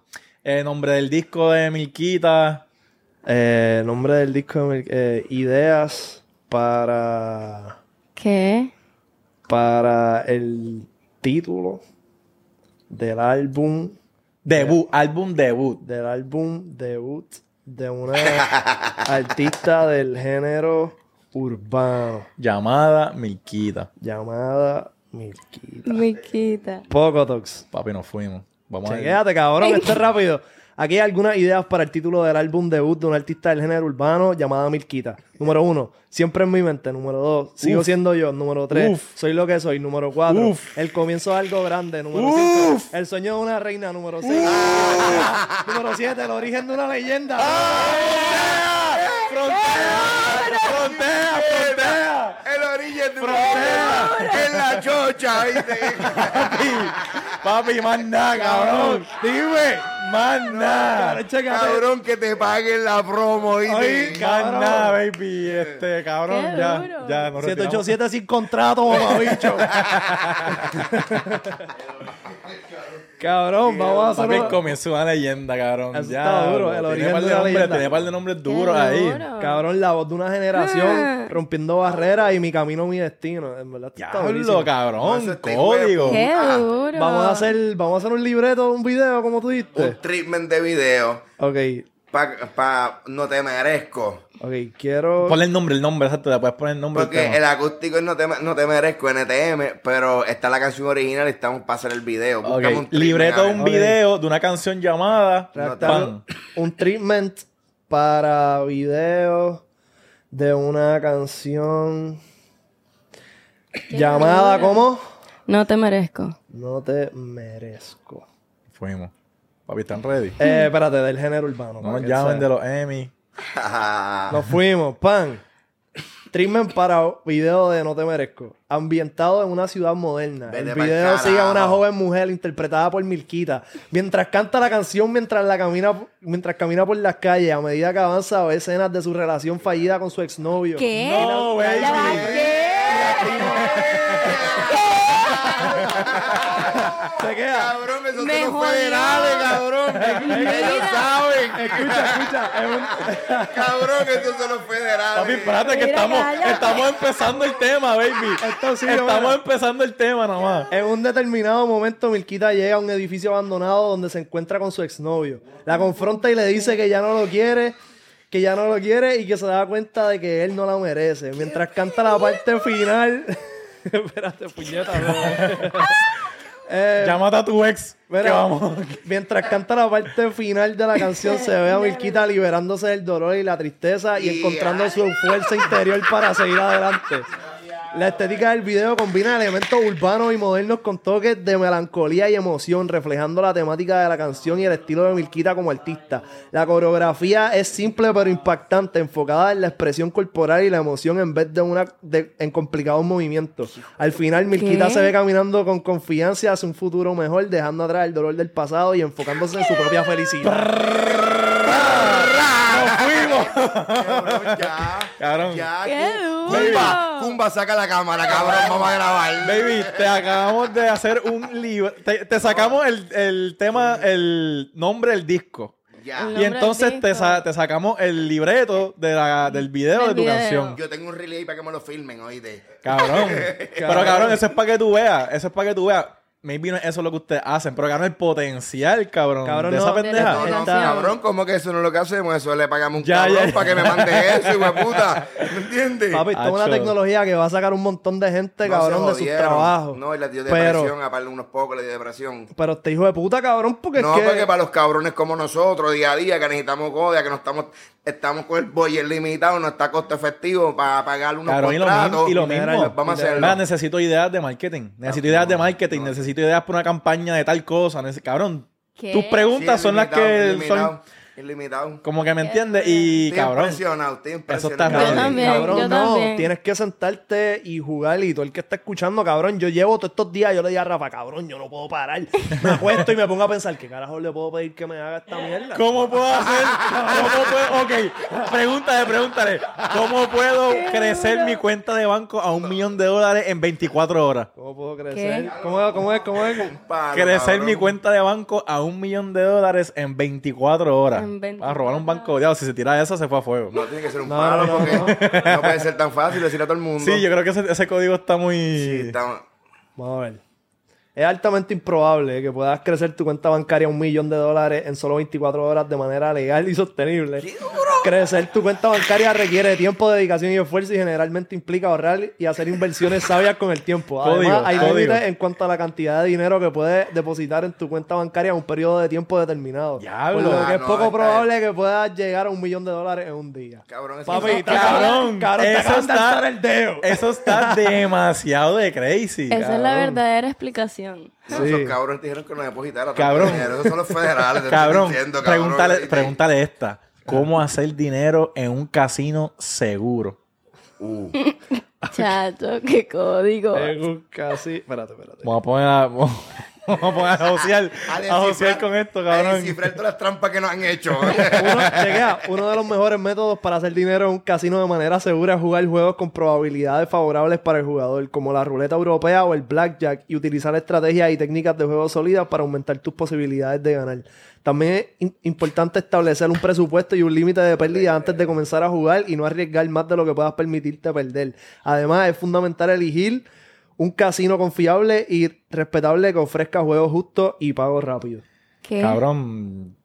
E: El nombre del disco de Milquita.
A: Eh, nombre del disco, eh, ideas para
B: ¿Qué?
A: para el título del álbum
E: Debut, álbum debut.
A: del álbum debut de una artista del género urbano
E: Llamada Milquita.
A: llamada Milquita.
B: Me quita.
A: Pocotox.
E: Papi, nos fuimos. Vamos a ver.
A: Chequéate, cabrón, esto es rápido. Aquí hay algunas ideas para el título del álbum debut de un artista del género urbano llamada Milquita. Número uno, siempre en mi mente. Número dos, sigo
E: Uf.
A: siendo yo. Número tres,
E: Uf.
A: soy lo que soy. Número cuatro,
E: Uf.
A: el comienzo de algo grande. Número
E: Uf.
A: cinco, el sueño de una reina. Número seis, Ah, número siete, el origen de una leyenda.
E: ¡Ah! ¡Frontea, frontea!
C: El origen de
E: Frotea.
C: en la chocha, ¿viste?
E: Papi, más nada, cabrón. Dime, más nada.
A: Cabrón, chécate.
C: Cabrón, que te paguen la promo,
E: Ay,
C: ¿viste?
E: más
A: cabrón.
E: nada, baby. Este, cabrón,
B: Qué
E: ya,
B: duro.
E: ya, nos retiramos.
A: 787 sin contrato, mamabicho. cabrón, vamos a hacer
E: Papi,
A: una-
E: comienza una leyenda, cabrón.
A: Eso
E: ya,
A: está duro,
E: bro.
A: el origen
E: Tiene par de
A: de la
E: nombres,
A: leyenda.
E: Tiene par de nombres duros ahí.
B: duro.
A: Cabrón, la voz de una generación
B: Ah.
A: rompiendo barreras y mi camino, mi destino. En verdad, esto está
E: Diablo,
A: durísimo.
C: No,
E: cabrón,
C: eso está hijo de
E: código.
B: Qué
C: Ah.
B: duro.
A: Vamos a hacer, vamos a hacer un libreto, un video, como tú dijiste.
C: Un treatment de video.
A: Ok,
C: Pa, pa, no te merezco.
A: ok, quiero.
E: Ponle el nombre, el nombre, exacto. Le puedes poner el nombre. al
C: Porque
E: tema.
C: el acústico es no te, no te merezco, NTM, pero está la canción original y estamos para hacer el video.
E: Ok,
C: Búscame un treatment,
E: Libreto
C: a
E: de
C: ver.
E: un
A: Ok.
E: video de una canción llamada.
A: redactar
E: Pan.
A: un treatment para video de una canción llamada
B: duro.
A: como
B: No te merezco.
A: No te merezco.
E: Fuimos. Papi, ¿están ready?
A: Eh, espérate, del género urbano.
E: No
A: para
E: nos
A: que
E: llamen
A: sea.
E: de los Emmy.
A: Nos fuimos, pan. Treatment para video de No Te Merezco. Ambientado en una ciudad moderna.
C: Vete
A: el
C: pa'l
A: video sigue a una
C: carajo.
A: joven mujer interpretada por Milquita. Mientras canta la canción, mientras, la camina, mientras camina por las calles, a medida que avanza, ve escenas de su relación fallida con su exnovio.
B: ¿Qué?
E: No, baby.
B: Ya va, ¿Qué?
A: Se queda.
C: Cabrón, esos
B: Me
C: son los
B: jodió.
C: federales, cabrón. Ellos
B: Mira.
C: saben.
A: Escucha, escucha. es un-
C: Cabrón, esos son los federales.
E: Papi, espérate que
B: Mira,
E: estamos,
B: cállate.
E: estamos empezando el tema, baby.
A: Esto sí,
E: estamos
A: bueno.
E: empezando el tema nomás.
A: En un determinado momento, Milquita llega a un edificio abandonado donde se encuentra con su exnovio. La confronta y le dice que ya no lo quiere, que ya no lo quiere y que se da cuenta de que él no la merece. Mientras canta la parte final. Espérate, puñeta, bro. Eh,
E: Llámate a tu ex.
A: mira,
E: que vamos.
A: Mientras canta la parte final de la canción, se ve a Milquita liberándose del dolor y la tristeza y encontrando su fuerza interior para seguir adelante. La estética del video combina elementos urbanos y modernos con toques de melancolía y emoción, reflejando la temática de la canción y el estilo de Milquita como artista. La coreografía es simple pero impactante, enfocada en la expresión corporal y la emoción en vez de una de- en complicados movimientos. Al final, Milquita
B: ¿Qué?
A: se ve caminando con confianza hacia un futuro mejor, dejando atrás el dolor del pasado y enfocándose en su propia felicidad.
E: Nos fuimos.
C: Cabrón, ya.
E: Cabrón.
C: Ya.
B: ¡Qué
C: Cum-
B: duro!
C: Cumba, Cumba, saca la cámara, cabrón. Vamos a grabar.
E: Baby, te acabamos de hacer un libro. Te, te sacamos el, el tema, el nombre del disco.
C: Ya.
B: El
E: Y
B: nombre
E: entonces
B: del
E: te, sa-
B: disco.
E: te sacamos el libreto de la, del video
B: Del
E: de tu
B: video.
E: canción.
C: Yo tengo un relay para que me lo filmen, oíste.
E: Cabrón. pero cabrón, eso es para que tú veas. Eso es para que tú veas. Maybe no es eso lo que ustedes hacen, pero cabrón, el potencial, cabrón.
A: Cabrón,
E: de
A: no.
E: esa
A: De la
E: pendeja.
C: No, no,
A: Está-
C: cabrón, ¿cómo que eso no es lo que hacemos? Eso le pagamos un
E: Ya,
C: cabrón
E: ya.
C: para que me mande eso, hijo de puta. ¿Me entiendes?
A: Papi, esto es una
E: Hacho.
A: tecnología que va a sacar un montón de gente,
E: este
C: No se
A: cabrón, de sus
C: jodieron.
A: trabajos.
C: No, y le dio
A: Pero-
C: depresión, aparte unos pocos le dio depresión.
A: Pero este hijo de puta, cabrón, porque
C: No,
A: es que...
C: porque para los cabrones como nosotros, día a día, que necesitamos godia, que no estamos, estamos con el boyer limitado, no está costo efectivo para pagar unos
E: Cabrón, y lo,
C: contratos.
E: mismo, y lo
A: Literal,
E: mismo.
C: vamos a
E: Literal.
C: hacerlo.
E: Mira, necesito ideas de marketing. Necesito ideas de marketing. Necesito ideas para una campaña de tal cosa. Nece- Cabrón,
B: ¿Qué?
E: tus preguntas
C: Sí,
E: son las
C: ilimitado,
E: que son.
C: ilimitado, Ilimitado.
E: Como que me entiendes. Y
C: Estoy
E: cabrón.
C: impresionado, estoy
E: está
C: impresionado.
E: raro. Yo
B: también,
A: cabrón,
B: yo
A: no,
B: también.
A: tienes que sentarte y jugar y todo el que está escuchando, cabrón, yo llevo todos estos días, yo le digo a Rafa, cabrón, yo no puedo parar. Me acuesto y me pongo a pensar, ¿qué carajo le puedo pedir que me haga esta mierda?
E: ¿Cómo puedo hacer? ¿Cómo puedo? Ok, pregúntale, pregúntale. ¿Cómo puedo crecer mi cuenta de banco a un millón de dólares en 24 horas?
A: ¿Cómo puedo crecer? ¿Cómo, cómo es? ¿Cómo es?
C: Palo,
E: Crecer
C: cabrón.
E: mi cuenta de banco a un millón de dólares en 24 horas.
B: En 24
E: a robar un banco. Ya, si se tira esa, se fue a fuego.
C: No tiene que ser un
A: No,
C: palo
A: no, no,
C: porque no. puede ser tan fácil decirle a todo el mundo.
E: Sí, yo creo que ese, ese código está muy.
C: Sí, está-
A: Vamos a ver. Es altamente improbable que puedas crecer tu cuenta bancaria a un millón de dólares en solo 24 horas de manera legal y sostenible. Crecer tu cuenta bancaria requiere tiempo, dedicación y esfuerzo y generalmente implica ahorrar y hacer inversiones sabias con el tiempo.
E: Código,
A: Además, hay
E: código.
A: límites en cuanto a la cantidad de dinero que puedes depositar en tu cuenta bancaria en un periodo de tiempo determinado.
E: Diablo.
A: Por lo que
C: Ah,
A: es
C: no,
A: poco
C: está-
A: probable que puedas llegar a un millón de dólares en un día.
C: Cabrón, eso
A: Papi,
C: está-
A: te acaban- cabrón, te acaban de alzar el dedo.
E: Eso está demasiado de crazy.
B: Esa es la
E: cabrón.
B: verdadera explicación.
C: No, Esos cabrones te dijeron que no depositara. tanto
E: Cabrón.
C: dinero. Esos son los federales. te estoy
E: Cabrón,
C: diciendo, cabrón.
E: pregúntale,
C: Ahí-
E: pregúntale esta. ¿Cómo hacer dinero en un casino seguro?
C: Uh,
B: Chacho, qué código.
A: En un casi... Espérate, espérate.
E: Vamos a poner a, vamos a, poner a josear,
C: a
E: a
C: descifrar-
E: josear con esto,
C: Ah, A
E: cabrón.
C: descifrar todas las trampas que nos han hecho.
A: Uno, chequea, uno de los mejores métodos para hacer dinero en un casino de manera segura es jugar juegos con probabilidades favorables para el jugador, como la ruleta europea o el blackjack, y utilizar estrategias y técnicas de juego sólidas para aumentar tus posibilidades de ganar. También es im- importante establecer un presupuesto y un límite de pérdida antes de comenzar a jugar y no arriesgar más de lo que puedas permitirte perder. Además, es fundamental elegir un casino confiable y respetable que ofrezca juegos justos y pagos rápidos.
B: ¿Qué?
E: Cabrón,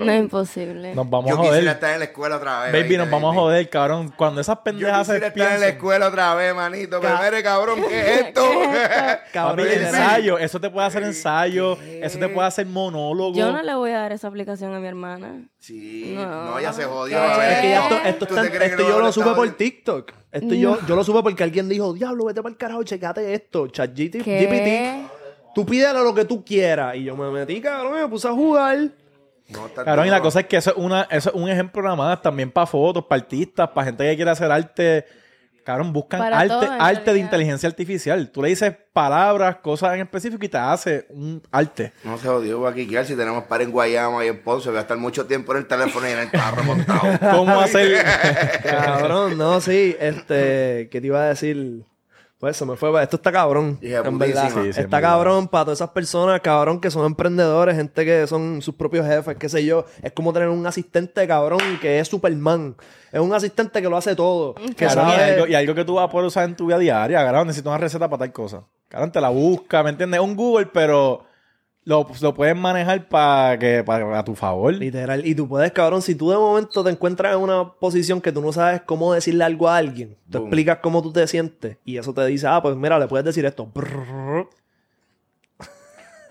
B: No es imposible.
E: nos vamos a
C: Yo quisiera
E: joder.
C: estar en la escuela otra vez.
E: Baby,
C: ¿viste,
E: nos vamos a
C: baby?
E: joder, cabrón. Cuando esas
C: Yo
E: pendejas
C: quisiera
E: se
C: estar en la
E: piensan...
C: escuela otra vez, manito. Pero mire, cabrón, ¿qué es esto?
E: Papi,
A: Cabrón,
C: Baby.
E: ensayo, eso te puede hacer ensayo, eso te puede hacer monólogo.
B: Yo no le voy a dar esa aplicación a mi hermana.
C: sí,
B: No.
C: no, ya se jodió.
B: ¿Qué?
C: a ver,
A: Es que ya esto,
C: ¿tú
A: esto
C: te
A: está-
C: crees que
A: esto
C: no
A: yo lo
C: habrá
A: supe
C: estado-
A: por TikTok. Esto yo, yo lo supe porque alguien dijo, diablo, vete para el carajo, checate esto. ChatGPT,
B: ¿Qué?
A: GPT, tú pídele lo que tú quieras. Y yo me metí, cabrón, y me puse a jugar.
C: No, está
E: Cabrón, y la
C: duro.
E: cosa es que eso es, una, eso es un ejemplo nada más también para fotos, para artistas, para gente que quiere hacer arte. Cabrón, buscan
B: Para
E: arte,
B: todo, en
E: arte de
B: realidad.
E: inteligencia artificial. Tú le dices palabras, cosas en específico y te hace un arte.
C: No se jodió aquí, que si tenemos par en Guayama y en Ponce, voy a estar mucho tiempo en el teléfono y en el carro montado.
E: ¿Cómo hacer?
A: Cabrón, no, sí, este, ¿qué te iba a decir? Pues se me fue, pero esto está cabrón.
C: Hija
A: en
C: putísima.
A: verdad.
C: Sí, sí,
E: en
A: está
E: verdad.
A: cabrón para todas esas personas, cabrón, que son emprendedores, gente que son sus propios jefes, qué sé yo. Es como tener un asistente, cabrón, que es Superman. Es un asistente que lo hace todo. Que
E: Cabrón, y,
A: sabe...
E: algo, y algo que tú vas a poder usar en tu vida diaria. Cabrón, necesito una receta para tal cosa. Cabrón, te la busca, ¿me entiendes? Es un Google, pero lo, lo puedes manejar para que para, a tu favor.
A: Literal. Y tú puedes, cabrón, si tú de momento te encuentras en una posición que tú no sabes cómo decirle algo a alguien, tú
C: Boom.
A: explicas cómo tú te sientes y eso te dice, ah, pues mira, le puedes decir esto. Brrr.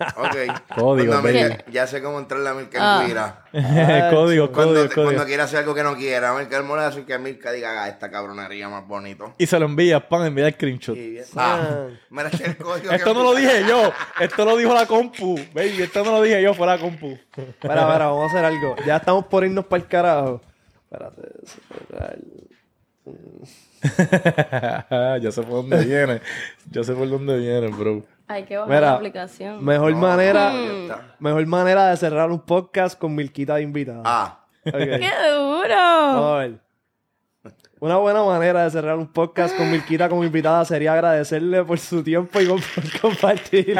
C: ok.
E: Código,
C: Cuando me-
E: baby.
C: ya, ya sé cómo entrar en la Milka
B: Ah.
C: Guira.
E: código,
C: Cuando,
E: código,
C: te-
E: código.
C: cuando quiera hacer algo que no quiera, Milka Mola, así que Milka diga, haga esta cabronería más bonito.
E: Y se lo envías, pan, envía el screenshot.
C: Y, ah, mira, este es el código
E: Esto
C: que-
E: no lo dije yo, esto lo dijo la compu, baby, esto no lo dije yo, fue la compu.
A: Espera, espera, vamos a hacer algo. Ya estamos por irnos para el carajo. Espérate. cerrar.
E: yo sé por dónde viene, yo sé por dónde viene, bro.
B: Hay que bajar la
A: Mira,
B: aplicación.
A: mejor
C: No,
A: manera,
C: ya está.
A: mejor manera de cerrar un podcast con Milquita de invitada.
C: Ah,
A: Ok.
B: ¡Qué duro!
A: Vamos a ver. Una buena manera de cerrar un podcast con Milquita como invitada sería agradecerle por su tiempo y com- por compartir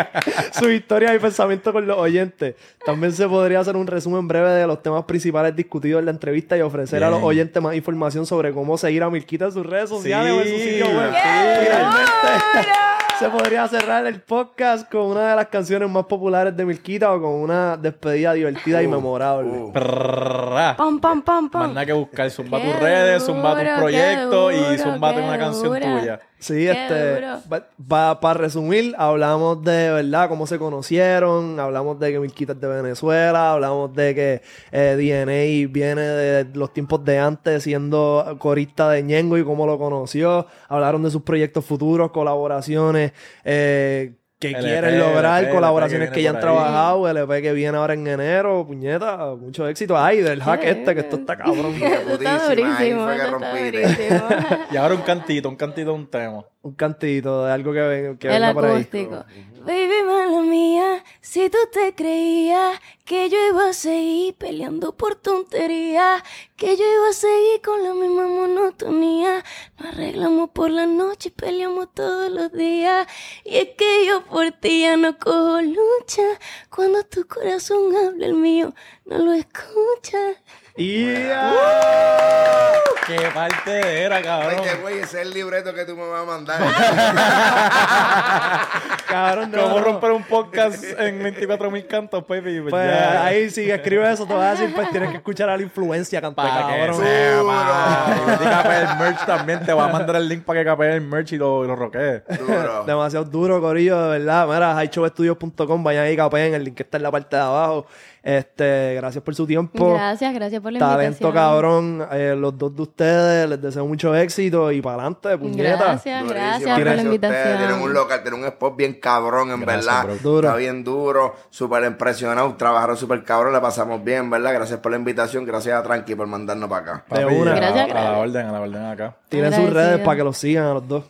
A: sus historias y pensamientos con los oyentes. También se podría hacer un resumen breve de los temas principales discutidos en la entrevista y ofrecer a los
E: Bien.
A: oyentes más información sobre cómo seguir a Milquita en sus redes sociales o en su
E: Sí.
A: sitio web.
E: ¡Qué
A: Finalmente, se podría cerrar el podcast con una de las canciones más populares de Milquita o con una despedida divertida y memorable.
C: uh.
E: Prrrra.
B: ¡Pam, pam, pam,
E: Más
B: pam!
E: nada que buscar, zumba
B: Qué
E: tus redes,
B: duro,
E: zumba
B: qué
E: tus proyectos y
B: duro,
E: zumba
B: qué
E: una canción
B: duro.
E: tuya.
A: Sí,
B: Qué
A: este,
B: duro.
A: para resumir, hablamos de, ¿verdad?, cómo se conocieron, hablamos de que Milquita es de Venezuela, hablamos de que eh, DNA viene de los tiempos de antes siendo corista de Ñengo y cómo lo conoció, hablaron de sus proyectos futuros, colaboraciones, eh, que
E: LP,
A: quieren lograr,
E: LP,
A: colaboraciones
E: E que
A: que ya han
E: viene por ahí.
A: trabajado, LP que viene ahora en enero, puñeta, mucho éxito. Ay, del hack este, que esto está cabrón.
B: Eso está
C: Putísima, ahí
B: durísimo,
C: fue que
B: eso está
C: rompiste.
B: durísimo.
E: Y ahora un cantito, un cantito, un tema.
A: Un cantito de algo que, ven- que
B: El
A: venga por ahí.
B: acústico. Baby, mala mía, si tú te creías que yo iba a seguir peleando por tonterías, que yo iba a seguir con la misma monotonía, no has arreglamos por la noche y peleamos todos los días. Y es que yo por ti ya no cojo lucha. Cuando tu corazón habla, el mío no lo escucha.
A: ¡Ah!
E: ¡Qué parte era, cabrón!
C: Oye, güey, ese es el libreto que tú me vas a mandar.
A: Cabrón, no,
E: ¿Cómo
A: no.
E: romper un podcast en 24 mil cantos, baby?
A: Pues
E: ya.
A: ahí si escribes eso te vas a decir, pues tienes que escuchar a la influencia cantar,
E: Para que
A: cabrón.
E: sepa. Y que capee el merch también. Te va a mandar el link para que capee el merch y lo, y lo roquees.
C: Duro.
A: Demasiado duro, Corillo, de verdad. Mira, highshowstudios.com, vayan ahí, capeen, el link que está en la parte de abajo. Este, gracias por su tiempo.
B: Gracias, gracias por la
A: Talento
B: invitación.
A: cabrón, eh, los dos de ustedes, les deseo mucho éxito y para adelante, puñeta.
B: Gracias,
C: Durísimo.
B: gracias por la
C: Gracias a ustedes. Tienen un
B: invitación.
C: local, tienen un spot bien cabrón, en
E: Gracias,
C: verdad.
E: bro.
A: Duro.
C: Está bien duro, súper impresionado. Trabajaron súper cabrón, la pasamos bien, ¿verdad? Gracias por la invitación, gracias a Tranqui por mandarnos para acá.
A: De
E: Papi,
A: una.
E: a-
B: Gracias,
E: A la
B: gracias.
E: orden, a la orden acá.
A: Tienen sus
B: Agradecida.
A: redes para que los sigan a los dos.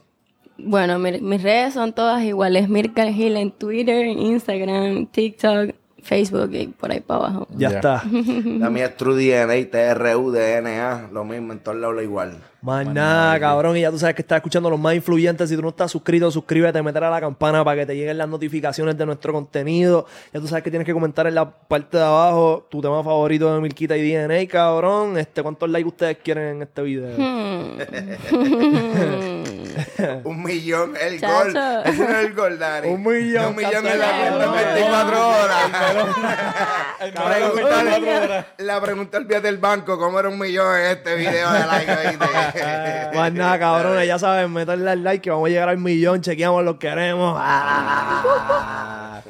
B: Bueno, mi- mis redes son todas iguales. Mirka Gil en Twitter, Instagram, TikTok, Facebook y por ahí para abajo.
A: Ya
E: Ya.
A: está.
C: La mía es True DNA y TRU DNA, lo mismo, en todos lados lo igual.
A: Más nada, cabrón. Y ya tú sabes que estás escuchando a los más influyentes. Si tú no estás suscrito, suscríbete, meter a la campana para que te lleguen las notificaciones de nuestro contenido. Ya tú sabes que tienes que comentar en la parte de abajo tu tema favorito de Milquita y DNA, cabrón. Este, ¿cuántos likes ustedes quieren en este video?
C: Un millón, el
B: Chacho.
C: gol. Ese no es el gol, Dani.
A: Un millón,
C: Un millón en la
B: cabrón.
C: cuenta en 24 horas.
E: Cabrón,
C: Pregunta-
E: 24 horas.
C: La pregunta al pie del banco, ¿cómo era un millón en este video de like? ¿oíste?
A: Más nada, cabrones. Ya saben, meterle al like que vamos a llegar al millón. Chequeamos, los queremos. Ah.